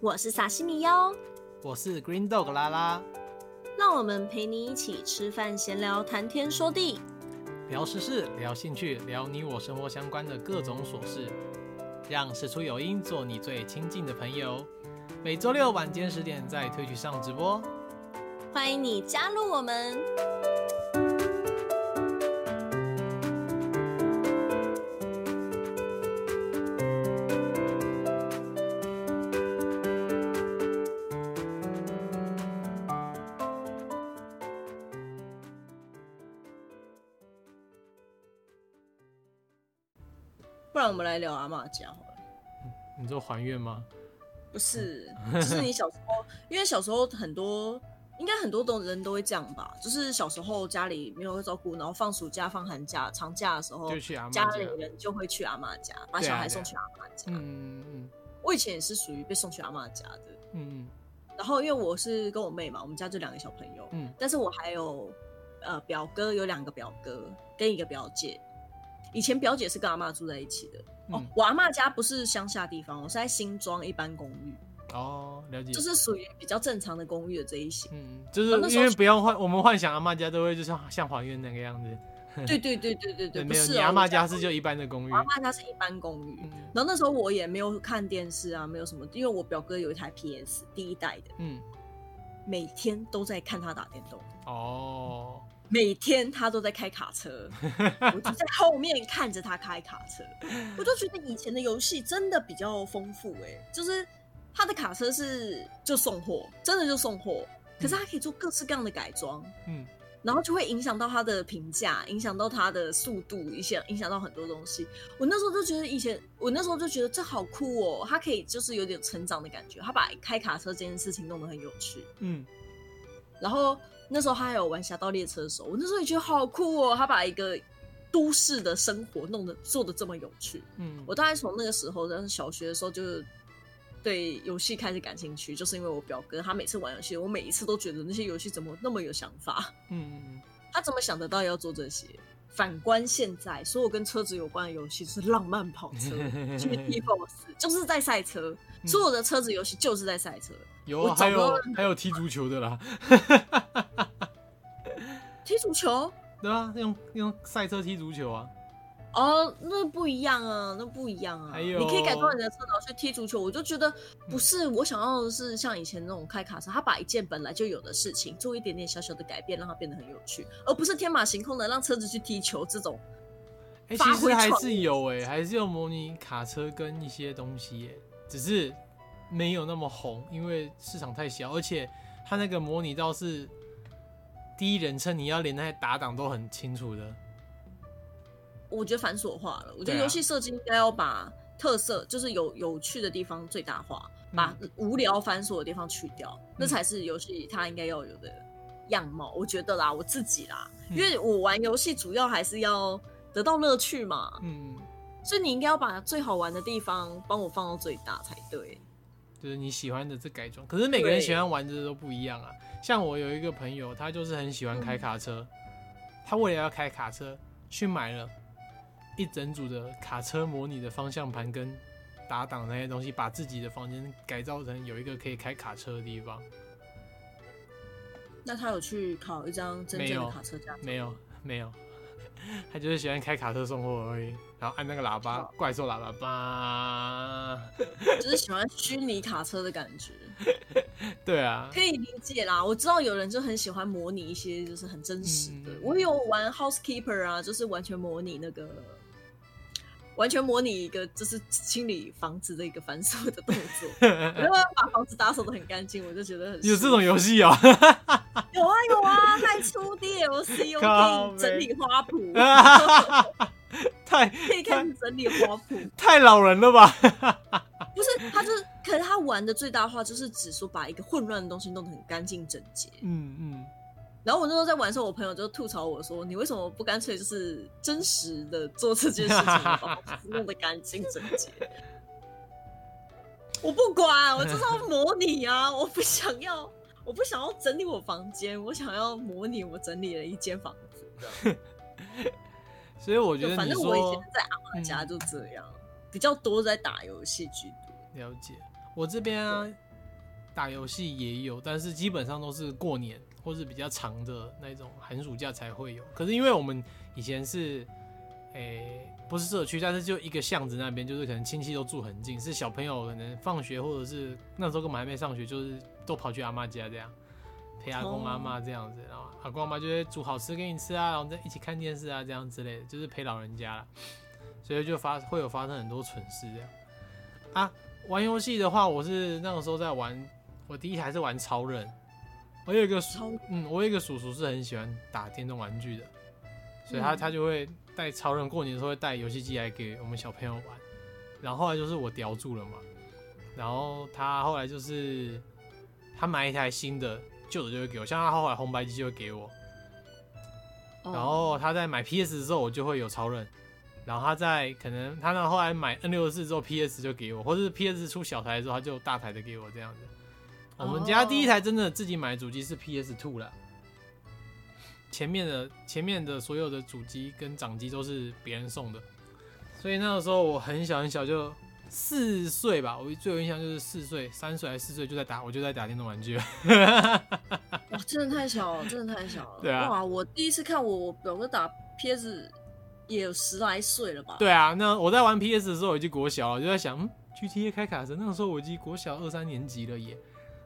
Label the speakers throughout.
Speaker 1: 我是萨西米哟，
Speaker 2: 我是 Green Dog 拉拉，
Speaker 1: 让我们陪你一起吃饭、闲聊、谈天说地，
Speaker 2: 聊时事，聊兴趣，聊你我生活相关的各种琐事，让事出有因做你最亲近的朋友。每周六晚间十点在推 w 上直播。
Speaker 1: 欢迎你加入我们。不然我们来聊阿嬷家好了。
Speaker 2: 你说还愿吗？
Speaker 1: 不是，就是你小时候，因为小时候很多，应该很多都人都会这样吧，就是小时候家里没有会照顾，然后放暑假、放寒假、长假的时候，
Speaker 2: 就去阿嬷
Speaker 1: 家
Speaker 2: 家
Speaker 1: 里人就会去阿嬷家，把
Speaker 2: 对啊
Speaker 1: 小孩
Speaker 2: 对啊
Speaker 1: 送去阿嬷家。
Speaker 2: 嗯嗯
Speaker 1: 我以前也是属于被送去阿嬷家的，
Speaker 2: 嗯嗯
Speaker 1: 然后因为我是跟我妹嘛，我们家就两个小朋友，
Speaker 2: 嗯
Speaker 1: 但是我还有呃表哥，有两个表哥跟一个表姐。以前表姐是跟阿嬷住在一起的、哦
Speaker 2: 嗯，
Speaker 1: 我阿嬷家不是乡下地方，我是在新庄一般公寓。
Speaker 2: 哦，了解。
Speaker 1: 就是属于比较正常的公寓的这一型。
Speaker 2: 嗯，就
Speaker 1: 然后那
Speaker 2: 是
Speaker 1: 时
Speaker 2: 因
Speaker 1: 候
Speaker 2: 为不要幻，我们幻想阿嬷家都会就是像还愿那个样子。
Speaker 1: 对对对对对对，不
Speaker 2: 嗯没有，
Speaker 1: 是、
Speaker 2: 你
Speaker 1: 哦、
Speaker 2: 阿嬷
Speaker 1: 我
Speaker 2: 家是就一般的公寓
Speaker 1: 我。阿妈家是一般公寓。
Speaker 2: 嗯
Speaker 1: 然后那时候我也没有看电视啊，没有什么，因为我表哥有一台 PS 第一代的，
Speaker 2: 嗯，
Speaker 1: 每天都在看他打电动，
Speaker 2: 哦，
Speaker 1: 每天他都在开卡车，我就在后面看着他开卡车，我就觉得以前的游戏真的比较丰富哎、就是他的卡车是就送货，真的就送货，可是他可以做各式各样的改装，
Speaker 2: 嗯
Speaker 1: 然后就会影响到他的评价，影响到他的速度，影响影响到很多东西。我那时候就觉得以前，我那时候就觉得这好酷哦，他可以就是有点成长的感觉，他把开卡车这件事情弄得很有趣。
Speaker 2: 嗯
Speaker 1: 然后那时候他还有玩《侠盗猎车手》，我那时候也觉得好酷哦，他把一个都市的生活弄得做得这么有趣。
Speaker 2: 嗯，
Speaker 1: 我大概从那个时候，但是小学的时候就是对游戏开始感兴趣，就是因为我表哥他每次玩游戏，我每一次都觉得那些游戏怎么那么有想法。
Speaker 2: 嗯嗯
Speaker 1: 他怎么想得到要做这些？反观现在，所有跟车子有关的游戏是浪漫跑车 GT Force，就是在赛车，
Speaker 2: 嗯
Speaker 1: 所有的车子游戏就是在赛车。
Speaker 2: 有
Speaker 1: 我
Speaker 2: 啊
Speaker 1: 找
Speaker 2: 还
Speaker 1: 不到
Speaker 2: 有还有踢足球的啦，
Speaker 1: 踢足球
Speaker 2: 对啊，用用赛车踢足球啊，
Speaker 1: 哦，那不一样啊，那不一样啊。
Speaker 2: 还有嗯
Speaker 1: 你可以改装你的车，然后去踢足球。我就觉得不是我想要的是像以前那种开卡车，他把一件本来就有的事情做一点点小小的改变，让它变得很有趣，而不是天马行空的让车子去踢球这种。
Speaker 2: 哎、
Speaker 1: 发
Speaker 2: 其实
Speaker 1: 挥
Speaker 2: 还
Speaker 1: 创
Speaker 2: 是有哎、还是有模拟卡车跟一些东西耶、只是没有那么红，因为市场太小，而且它那个模拟到是第一人称，你要连那些打档都很清楚的。
Speaker 1: 我觉得繁琐化了。我觉
Speaker 2: 对
Speaker 1: 得
Speaker 2: 啊
Speaker 1: 游戏设计应该要把特色，就是有有趣的地方最大化，
Speaker 2: 嗯
Speaker 1: 把无聊繁琐的地方去掉，那才是游戏它应该要有的样貌。我觉得啦，我自己啦，
Speaker 2: 嗯
Speaker 1: 因为我玩游戏主要还是要得到乐趣嘛，
Speaker 2: 嗯，
Speaker 1: 所以你应该要把最好玩的地方帮我放到最大才对。
Speaker 2: 就是你喜欢的这改装，可是每个人
Speaker 1: 对
Speaker 2: 喜欢玩的都不一样啊。像我有一个朋友，他就是很喜欢
Speaker 1: 嗯
Speaker 2: 开卡车，他为了要开卡车，去买了一整组的卡车模拟的方向盘跟打档那些东西，把自己的房间改造成有一个可以开卡车的地方。
Speaker 1: 那他有去考一张真正
Speaker 2: 没
Speaker 1: 的
Speaker 2: 有
Speaker 1: 卡车驾照？
Speaker 2: 没有，没有， 他就是喜欢开卡车送货而已，然后按那个喇叭
Speaker 1: 好，
Speaker 2: 怪兽喇叭叭。
Speaker 1: 就是喜欢虚拟卡车的感觉。
Speaker 2: 对啊，
Speaker 1: 可以理解啦，我知道有人就很喜欢模拟一些就是很真实的。
Speaker 2: 嗯
Speaker 1: 我有玩 Housekeeper 啊，就是完全模拟那个，完全模拟一个就是清理房子的一个繁琐的动 作，然后把房子打扫的很干净，我就觉得很
Speaker 2: 有
Speaker 1: 舒服
Speaker 2: 这种游戏哦。
Speaker 1: 有啊有啊，太出 DLC 我
Speaker 2: 靠
Speaker 1: 可
Speaker 2: 北
Speaker 1: 以整理花 圃，
Speaker 2: 太
Speaker 1: 可以开始整理花 圃。
Speaker 2: 太老人了吧？
Speaker 1: 不是，他就是，可是他玩的最大化就是只说把一个混乱的东西弄得很干净整洁。
Speaker 2: 嗯嗯，
Speaker 1: 然后我那时候在玩的时候，我朋友就吐槽我说：“你为什么不干脆就是真实的做这件事情，把房子弄得干净整洁？” 我不管，我就是要模拟啊！我不想要，我不想要整理我房间，我想要模拟我整理了一间房子。
Speaker 2: 所以我觉
Speaker 1: 就
Speaker 2: 得
Speaker 1: 反
Speaker 2: 你
Speaker 1: 正我以前
Speaker 2: 说嗯
Speaker 1: 在阿妈家就这样，比较多在打游戏居多。
Speaker 2: 了解，我这边啊打游戏也有，但是基本上都是过年或是比较长的那种寒暑假才会有。可是因为我们以前是，诶、不是社区，但是就一个巷子那边，就是可能亲戚都住很近，是小朋友可能放学或者是那时候根本还没上学，就是都跑去阿妈家这样。陪阿公阿妈这样子，然后阿公阿妈就会煮好吃给你吃啊，然后再一起看电视啊，这样之类的，就是陪老人家啦。所以就发会有发生很多蠢事这样。啊，玩游戏的话，我是那个时候在玩，我第一台是玩超人，我有一个叔，
Speaker 1: 超
Speaker 2: 嗯，我有一个叔叔是很喜欢打电动玩具的，所以他
Speaker 1: 嗯
Speaker 2: 他就会带超人，过年的时候会带游戏机来给我们小朋友玩。然后后来就是我叼住了嘛，然后他后来就是他买一台新的，旧的就会给我，像他后来红白机就会给我，
Speaker 1: 哦
Speaker 2: 然后他在买 PS 之后，我就会有超人。然后他在可能他那后来买 N 六四之后，PS 就给我，或是 PS 出小台的时候，他就大台的给我这样子。我们家第一台真的自己买的主机是 PS Two 啦，前面的前面的所有的主机跟掌机都是别人送的，所以那个时候我很小很小就四岁吧，我最有印象就是四岁，三岁还是四岁就在打，我就在打电动玩具了。
Speaker 1: 哇，哦真的太小了，真的太小了。
Speaker 2: 对啊
Speaker 1: 哇，我第一次看我我表哥打 PS 也有十来岁了吧？
Speaker 2: 对啊，那我在玩 PS 的时候我已经国小了，我就在想，嗯，GTA 开卡车那个时候我已经国小二三年级了耶，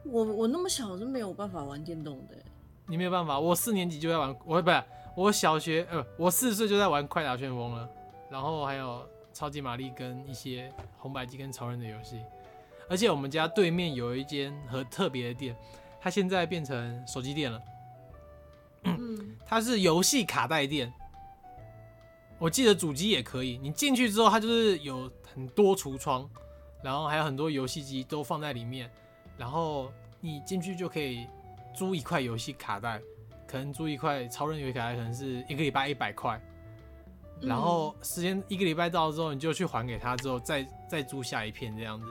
Speaker 1: 我我那么小是没有办法玩电动的、欸
Speaker 2: 你没有办法，我四年级就在玩，我不是我小学呃，我四岁就在玩快打旋风了，然后还有超级玛丽跟一些红白机跟超人的游戏，而且我们家对面有一间很特别的店，它现在变成手机店了。
Speaker 1: 嗯，
Speaker 2: 它是游戏卡带店，我记得主机也可以。你进去之后，它就是有很多橱窗，然后还有很多游戏机都放在里面，然后你进去就可以租一块游戏卡带，可能租一块超人游戏卡带，可能是一个礼拜一百块。然后时间一个礼拜到了之后，你就去还给他，之后再再租下一片这样子，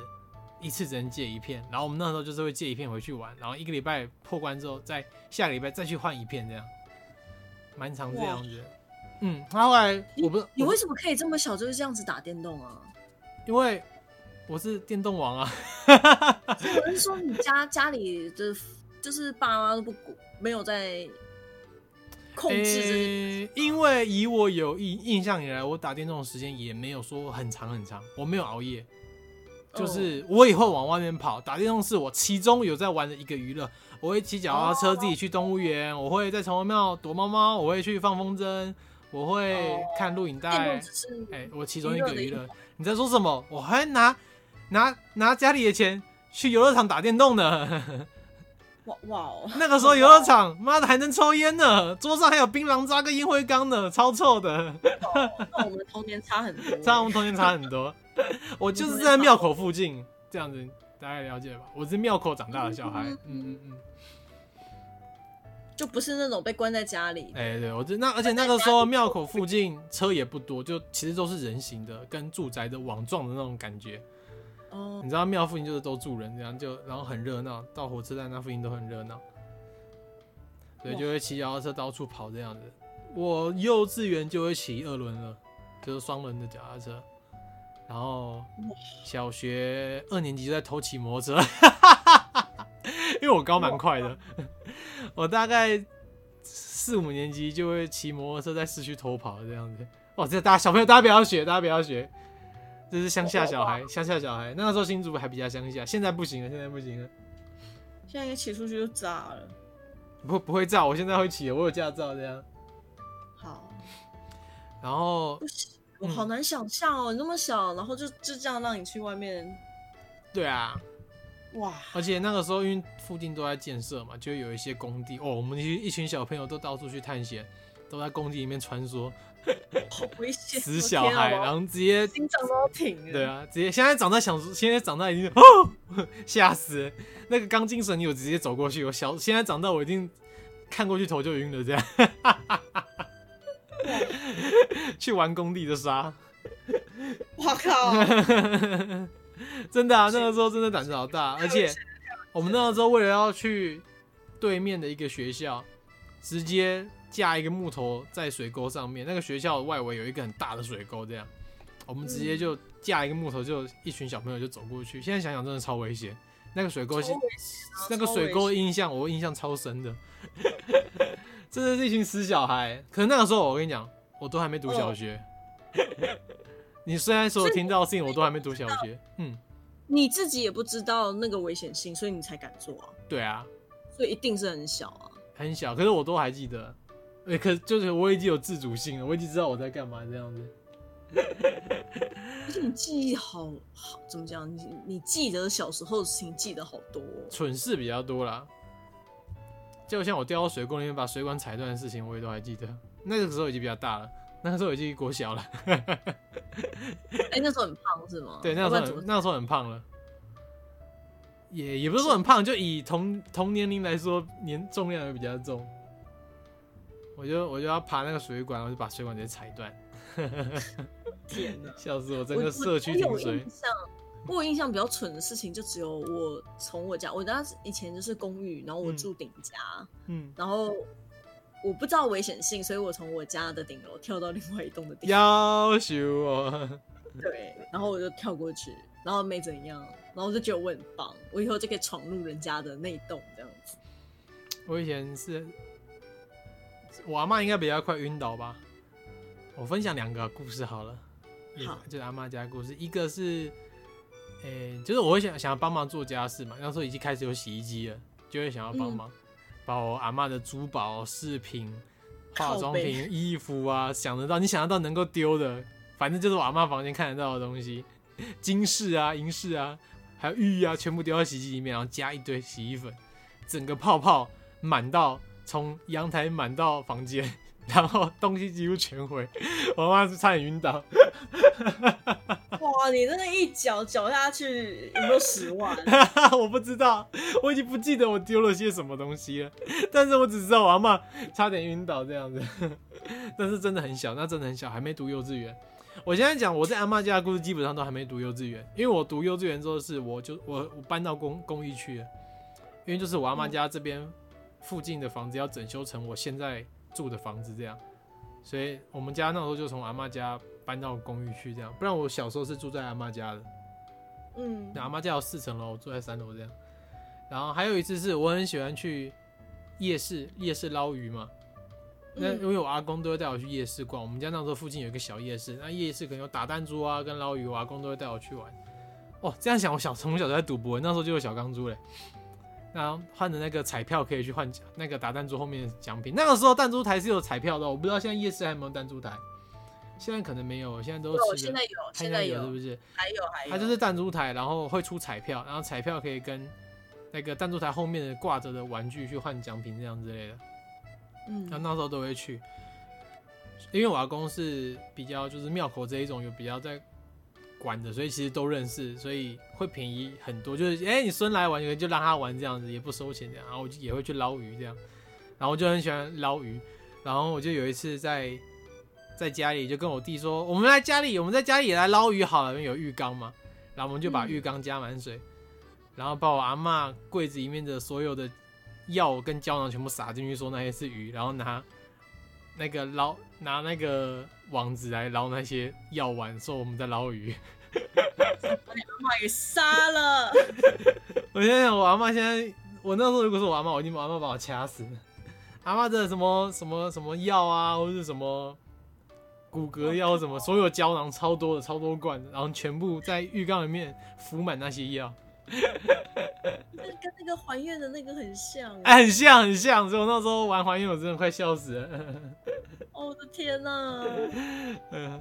Speaker 2: 一次只能借一片。然后我们那时候就是会借一片回去玩，然后一个礼拜破关之后，再下个礼拜再去换一片这样，蛮长这样子。嗯，他后来我不是
Speaker 1: 你为什么可以这么小就是这样子打电动啊？
Speaker 2: 因为我是电动王啊，
Speaker 1: 我是说你家家里的就是爸妈都不鼓没有在控制这些。
Speaker 2: 诶因为以我有印印象以来，我打电动的时间也没有说很长很长，我没有熬夜，
Speaker 1: 哦
Speaker 2: 就是我也会往外面跑，打电动是我其中有在玩的一个娱乐。我会骑脚踏车自己去动物园，我会在城隍庙躲猫猫，我会去放风筝，我会
Speaker 1: 哦
Speaker 2: 看录影带。
Speaker 1: 电动只是
Speaker 2: 哎、我其中一个
Speaker 1: 娱
Speaker 2: 娱
Speaker 1: 乐的
Speaker 2: 乐。你在说什么？我还拿拿拿家里的钱去游乐场打电动呢。
Speaker 1: 哇哇哦，
Speaker 2: 那个时候游乐场，妈的还能抽烟呢，桌上还有槟榔渣跟烟灰缸呢，超臭的。
Speaker 1: 那我们童年差很多。欸
Speaker 2: 差我们童年差很多。 我就是在庙口附近这样子，大概了解吧。我是庙口长大的小孩。嗯嗯嗯。
Speaker 1: 就不是那种被关在家里。
Speaker 2: 哎、对我这那而且那个时候庙口附近车也不多，就其实都是人行的，跟住宅的网状的那种感觉。
Speaker 1: 哦，
Speaker 2: 你知道庙附近就是都住人，这样就然后很热闹，到火车站那附近都很热闹，所以就会骑脚踏车到处跑这样子。我幼稚园就会骑二轮了，就是双轮的脚踏车，然后小学二年级就在偷骑摩托车， 因为我高蛮快的，我大概四五年级就会骑摩托车在市区偷跑这样子。哇，哦这大家小朋友大家不要学，大家不要学，这是乡下小孩，乡下小孩。那个时候新竹还比较乡下，现在不行了，现在不行了，
Speaker 1: 现在一骑出去就炸了。
Speaker 2: 不不会照，我现在会骑了，我有驾照这样。
Speaker 1: 好，
Speaker 2: 然后
Speaker 1: 不行，我
Speaker 2: 嗯
Speaker 1: 好难想象哦，你那么小，然后就就这样让你去外面，
Speaker 2: 对啊，
Speaker 1: 哇，
Speaker 2: 而且那个时候因为附近都在建设嘛，就有一些工地哦，我们一一群小朋友都到处去探险，都在工地里面穿梭，
Speaker 1: 好危险！
Speaker 2: 死
Speaker 1: 我
Speaker 2: 小
Speaker 1: 天啊
Speaker 2: 孩，
Speaker 1: 我
Speaker 2: 然后直接
Speaker 1: 心脏都要停了。
Speaker 2: 对，啊， 直接现在长大想说，现在长大已经 哦，吓死了！那个钢筋水泥我直接走过去，我小现在长大我已经看过去头就晕了，这样。 去玩工地的沙，
Speaker 1: 我靠，
Speaker 2: 真的啊，那个时候真的胆子好大，而且我们那个时候为了要去对面的一个学校，直接架一个木头在水沟上面，那个学校的外围有一个很大的水沟，这样
Speaker 1: 嗯
Speaker 2: 我们直接就架一个木头，就一群小朋友就走过去。现在想想真的超危险，那个水沟
Speaker 1: 超
Speaker 2: 是
Speaker 1: 危险啊
Speaker 2: 那个
Speaker 1: 超
Speaker 2: 水
Speaker 1: 危
Speaker 2: 沟
Speaker 1: 险
Speaker 2: 印象，我印象超深的。真的是一群死小孩。可能那个时候我跟你讲，我都还没读
Speaker 1: 嗯
Speaker 2: 小学。 你虽然所有听到的事情，我都还没读小学。嗯，
Speaker 1: 你自己也不知道那个危险性，所以你才敢做啊，
Speaker 2: 对啊，
Speaker 1: 所以一定是很小啊。
Speaker 2: 很小，可是我都还记得。欸、可就是我已经有自主性了，我已经知道我在干嘛这样子。
Speaker 1: 而且你记忆好好怎么讲？你你记得小时候的事情记得好多、哦，
Speaker 2: 蠢事比较多啦，就像我掉到水沟里面把水管踩断的事情，我也都还记得。那个时候已经比较大了，那个时候已经国小了。
Speaker 1: 哎、那时候很胖是吗？
Speaker 2: 对，那
Speaker 1: 要不
Speaker 2: 时
Speaker 1: 然
Speaker 2: 候
Speaker 1: 怎么
Speaker 2: 很 那时候很胖了，也也不是说很胖，就以同同年龄来说，年重量也比较重。我就我就要爬那个水管，我就把水管直接踩断，
Speaker 1: 天哪！
Speaker 2: 笑死我！整
Speaker 1: 我
Speaker 2: 个
Speaker 1: 我
Speaker 2: 社区
Speaker 1: 我有
Speaker 2: 停
Speaker 1: 印
Speaker 2: 水，
Speaker 1: 象，我有印象比较蠢的事情，就只有我从我家，我家以前就是公寓，然后我
Speaker 2: 嗯
Speaker 1: 住顶家，
Speaker 2: 嗯，
Speaker 1: 然后我不知道危险性，所以我从我家的顶楼跳到另外一栋的顶楼，
Speaker 2: 要求我，
Speaker 1: 对，然后我就跳过去，然后没怎样，然后我就觉得我很棒，我以后就可以闯入人家的那一栋这样子。
Speaker 2: 我以前是，我阿妈应该比较快晕倒吧。我分享两个故事好了，也
Speaker 1: 好
Speaker 2: 就是阿妈家的故事，一个是，诶、就是我会想想要帮忙做家事嘛，那时候已经开始有洗衣机了，就会想要帮忙、把我阿妈的珠宝、饰品、化
Speaker 1: 靠
Speaker 2: 妆品、衣服啊，想得到你想得到能够丢的，反正就是我阿妈房间看得到的东西，金饰啊、银饰啊，还有玉啊，全部丢到洗衣机里面，然后加一堆洗衣粉，整个泡泡满到从阳台满到房间， 然后东西几乎全毁，我妈是差点晕倒。
Speaker 1: 哇，你那一脚脚下去有没有十万？
Speaker 2: 我不知道，我已经不记得我丢了些什么东西了，但是我只知道我阿妈差点晕倒这样子。但是真的很小，那真的很小，还没读幼稚园。我现在讲我在阿妈家的故事，基本上都还没读幼稚园，因为我读幼稚园之后是我就我我搬到公公寓去了，因为就是我阿妈家这边附近的房子要整修成我现在住的房子这样，所以我们家那时候就从阿妈家搬到公寓去这样，不然我小时候是住在阿妈家的。
Speaker 1: 嗯，
Speaker 2: 阿妈家有四层楼，我住在三楼这样。然后还有一次是我很喜欢去夜市，夜市捞鱼嘛。那因
Speaker 1: 嗯
Speaker 2: 为我阿公都会带我去夜市逛，我们家那时候附近有一个小夜市，那夜市可能有打弹珠啊跟捞鱼，我阿公都会带我去玩。哦，这样想，我小从小就在赌博，那时候就有小钢珠嘞。那换的那个彩票可以去换那个打弹珠后面的奖品。那个时候弹珠台是有彩票的哦，我不知道现在夜市还有没有弹珠台，现在可能没有，现在都
Speaker 1: 有，
Speaker 2: 是
Speaker 1: 现在有，现在
Speaker 2: 在
Speaker 1: 有
Speaker 2: 是，不是？
Speaker 1: 还有还有，
Speaker 2: 它就是弹珠台，然后会出彩票，然后彩票可以跟那个弹珠台后面的挂着的玩具去换奖品这样之类的。那
Speaker 1: 嗯，
Speaker 2: 那时候都会去，因为我阿公是比较就是庙口这一种有比较在管的，所以其实都认识，所以会便宜很多。就是哎、你孙来玩，就让他玩这样子，也不收钱这样。然后我就也会去捞鱼这样，然后我就很喜欢捞鱼。然后我就有一次在在家里就跟我弟说，我们来家里，我们在家里也来捞鱼好了，因为有浴缸嘛。然后我们就把
Speaker 1: 嗯
Speaker 2: 浴缸加满水，然后把我阿嬷柜子里面的所有的药跟胶囊全部撒进去，说那些是鱼，然后拿那个捞拿那个网子来捞那些药丸，说我们在捞鱼。
Speaker 1: 阿妈给杀了，
Speaker 2: 我现在想，我阿妈现在，我那时候如果是我阿妈，我一定把我阿妈把我掐死。 阿妈的什么什么什么药啊，或者什么骨骼药什么，所有胶囊超多的，超多罐的，然后全部在浴缸里面浮满那些药，
Speaker 1: 那跟那个还愿的那个很像欸。
Speaker 2: 哎、很像很像。所以我那时候玩还原，我真的快笑死了。
Speaker 1: 哦，我的天哪、
Speaker 2: 嗯，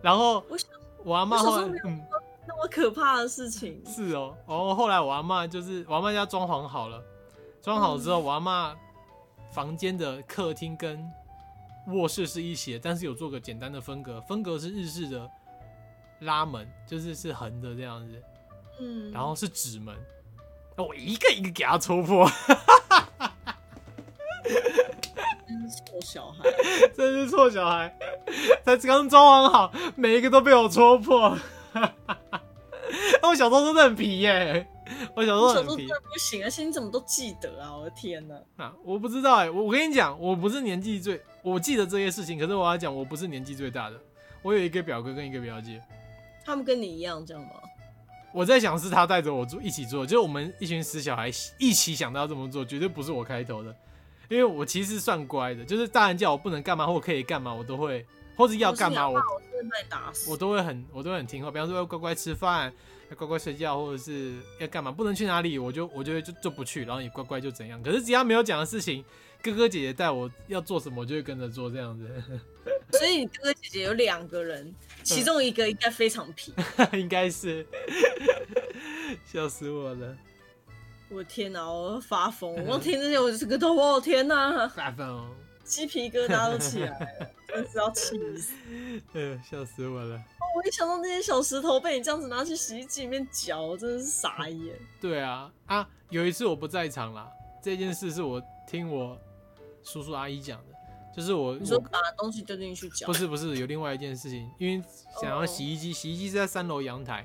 Speaker 2: 然后
Speaker 1: 我小
Speaker 2: 我阿妈
Speaker 1: 我小时
Speaker 2: 后
Speaker 1: 候
Speaker 2: 来
Speaker 1: 没有
Speaker 2: 嗯。
Speaker 1: 那么可怕的事情，
Speaker 2: 是哦，然后后来我阿嬷就是我阿嬷家装潢好了，装好之后，我阿嬷房间的客厅跟卧室是一起的，但是有做个简单的分隔，分隔是日式的拉门，就是是横的这样子，
Speaker 1: 嗯，
Speaker 2: 然后是纸门，那我一个一个给它戳破，
Speaker 1: 真臭小孩，
Speaker 2: 真是臭小孩，才刚装潢好，每一个都被我戳破。 那我小时候真的很皮耶、我小时候
Speaker 1: 我小
Speaker 2: 很
Speaker 1: 时候
Speaker 2: 皮
Speaker 1: 真。的不行，而且你怎么都记得啊，我的天哪、
Speaker 2: 啊，我不知道哎、我我跟你讲，我不是年纪最，我记得这些事情，可是我要讲，我不是年纪最大的，我有一个表哥跟一个表姐，
Speaker 1: 他们跟你一样这样吗？
Speaker 2: 我在想是他带着我做一起做，就是我们一群死小孩一起想到这么做，绝对不是我开头的，因为我其实算乖的，就是大人叫我不能干嘛或可以干嘛，我都会，或者要干嘛
Speaker 1: 我
Speaker 2: 我
Speaker 1: 是要骂我是被打死。
Speaker 2: 我都会很我都会很听话，比方说哎要乖乖吃饭，要乖乖睡觉，或者是要干嘛不能去哪里，我就我就会就就不去，然后你乖乖就怎样。可是只要没有讲的事情，哥哥姐姐带我要做什么，我就会跟着做这样子，
Speaker 1: 所以你哥哥姐姐有两个人，
Speaker 2: 啊
Speaker 1: 其中一个应该非常 皮。
Speaker 2: 应该是， 笑死我了，
Speaker 1: 我的天哪，我要发 疯！我光听这些，我就整个头，我的天哪，
Speaker 2: 发疯哦，
Speaker 1: 鸡皮疙瘩都起来了， 真是要气死！哦
Speaker 2: 嗯，笑死我了。
Speaker 1: 我一想到那些小石头被你这样子拿去洗衣机里面搅，我真的是傻眼。
Speaker 2: 对啊，啊，有一次我不在场啦，这件事是我听我叔叔阿姨讲的，就是我
Speaker 1: 你说
Speaker 2: 我
Speaker 1: 把东西丢进去搅，
Speaker 2: 不是不是有另外一件事情，因为想要洗衣机，洗衣机是在三楼阳台，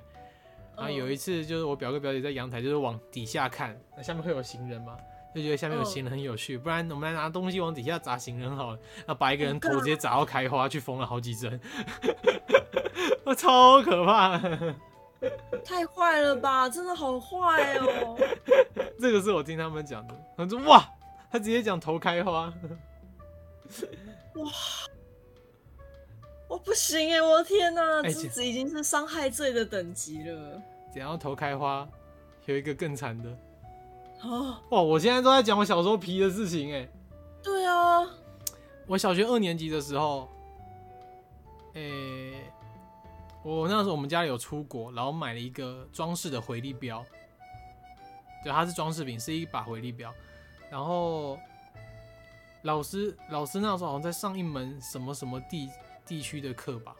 Speaker 2: 然后有一
Speaker 1: 一
Speaker 2: 次就是我表哥表姐在阳台，就是往底下看，那下面会有行人嘛，就觉得下面有行人很有趣，不然我们来拿东西往底下砸行人好了，那把一个人头直接砸到开花，去缝了好几针， 我超可怕 的。
Speaker 1: 太坏了吧，真的好坏 哦！
Speaker 2: 这个是我听他们讲的，他说哇，他直接讲头开花，
Speaker 1: 我不行哎，我的天哪，
Speaker 2: 哎
Speaker 1: 这
Speaker 2: 姐
Speaker 1: 这已经是伤害罪的等级了
Speaker 2: 讲到头开花，有一个更惨的，
Speaker 1: 啊！
Speaker 2: 哇，我现在都在讲我小时候皮的事情哎、
Speaker 1: 对啊，
Speaker 2: 我小学二年级的时候，诶、我那时候我们家里有出国，然后买了一个装饰的回力镖，对，它是装饰品，是一把回力镖。然后老师老师那时候好像在上一门什么什么地地区的课吧，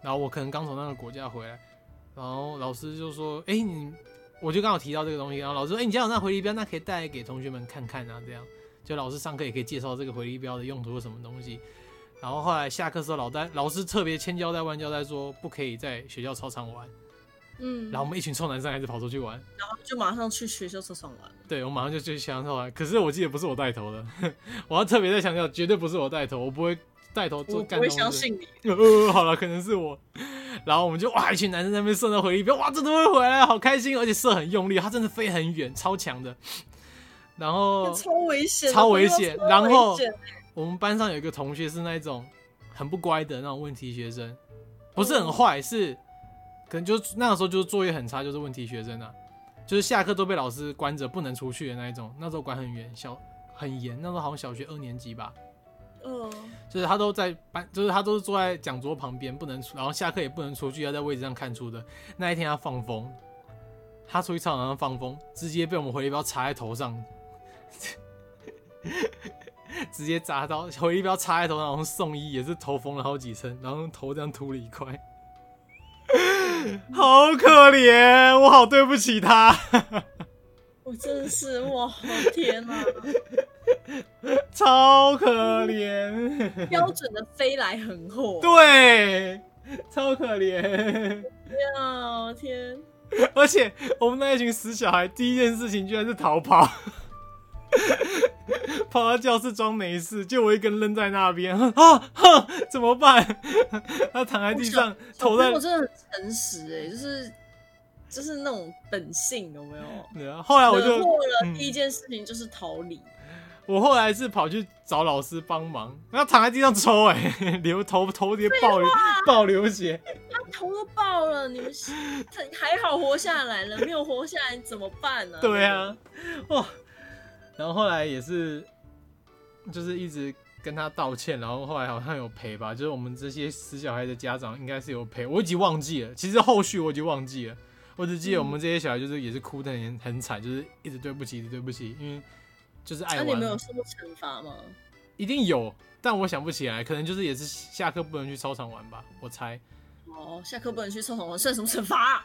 Speaker 2: 然后我可能刚从那个国家回来，然后老师就说：“诶，你。”我就刚好提到这个东西，然后老师说：“诶，你家有那回力镖，那可以带给同学们看看啊，这样。”就老师上课也可以介绍这个回力镖的用途是什么东西。然后后来下课的时候，老戴老师特别千交代万交代说不可以在学校操场玩。
Speaker 1: 嗯，
Speaker 2: 然后我们一群臭男生还是跑出去玩，
Speaker 1: 就马上去学校操场玩。
Speaker 2: 对我马上就去学校操场玩。可是我记得不是我带头的， 我要特别再强调，绝对不是我带头，我不会带头做
Speaker 1: 我
Speaker 2: 干
Speaker 1: 不会
Speaker 2: 这种
Speaker 1: 相
Speaker 2: 事
Speaker 1: 信你，
Speaker 2: 呃，好了，可能是我。然后我们就哇，一群男生在那边射那回力镖，哇，真的会回来，好开心，而且射很用力，它真的飞很远，超强的。然后
Speaker 1: 超危险的，
Speaker 2: 哦超危险
Speaker 1: 超危
Speaker 2: 然后
Speaker 1: 险
Speaker 2: 我们班上有一个同学是那种很不乖的那种问题学生，不是
Speaker 1: 哦
Speaker 2: 很坏，是可能就是那个时候就是作业很差，就是问题学生啊，就是下课都被老师关着不能出去的那一种。那时候管很严，小很严，那时候好像小学二年级吧，
Speaker 1: 嗯，
Speaker 2: 就是他都在班，就是他都是坐在讲桌旁边不能出，然后下课也不能出去，要在位置上看书的。那一天他放风，他出去操场上放风，直接被我们回力镖插在头上， 直接砸到回力镖插在头上，然后送医也是头缝了好几针，然后头这样秃了一块，好可怜，我好对不起他，
Speaker 1: 我真的是哇，我天哪、
Speaker 2: 超可怜，
Speaker 1: 标准的飞来横祸，
Speaker 2: 对，超可怜。
Speaker 1: 天啊，我天，
Speaker 2: 而且我们那一群死小孩，第一件事情居然是逃跑，跑到教室装没事，就我一个人扔在那边，啊，哼，怎么办？他躺在地上，头在
Speaker 1: 我。真的很诚实哎、就是就是那种本性有没有？
Speaker 2: 对啊后来我
Speaker 1: 惹祸
Speaker 2: 就，
Speaker 1: 了
Speaker 2: 嗯
Speaker 1: 第一件事情就是逃离，
Speaker 2: 我后来是跑去找老师帮忙，然后躺在地上抽、哎， 流头头直接爆流爆流血，
Speaker 1: 他头都爆了，你们是这还好活下来了，没有活下来怎么办呢、
Speaker 2: 对啊， 哇！然后后来也是，就是一直跟他道歉，然后后来好像有赔吧，就是我们这些死小孩的家长应该是有赔，我已经忘记了，其实后续我已经忘记了，我只记得我们这些小孩就是也是哭的很很惨，就是一直对不起，一直对不起，因为就是
Speaker 1: 那、
Speaker 2: 爱
Speaker 1: 你
Speaker 2: 玩啊
Speaker 1: 们
Speaker 2: 嘛，
Speaker 1: 有受过惩罚吗？
Speaker 2: 一定有，但我想不起来，可能就是也是下课不能去操场玩吧，我猜。
Speaker 1: 哦，下课不能去操场玩，算什么惩罚啊、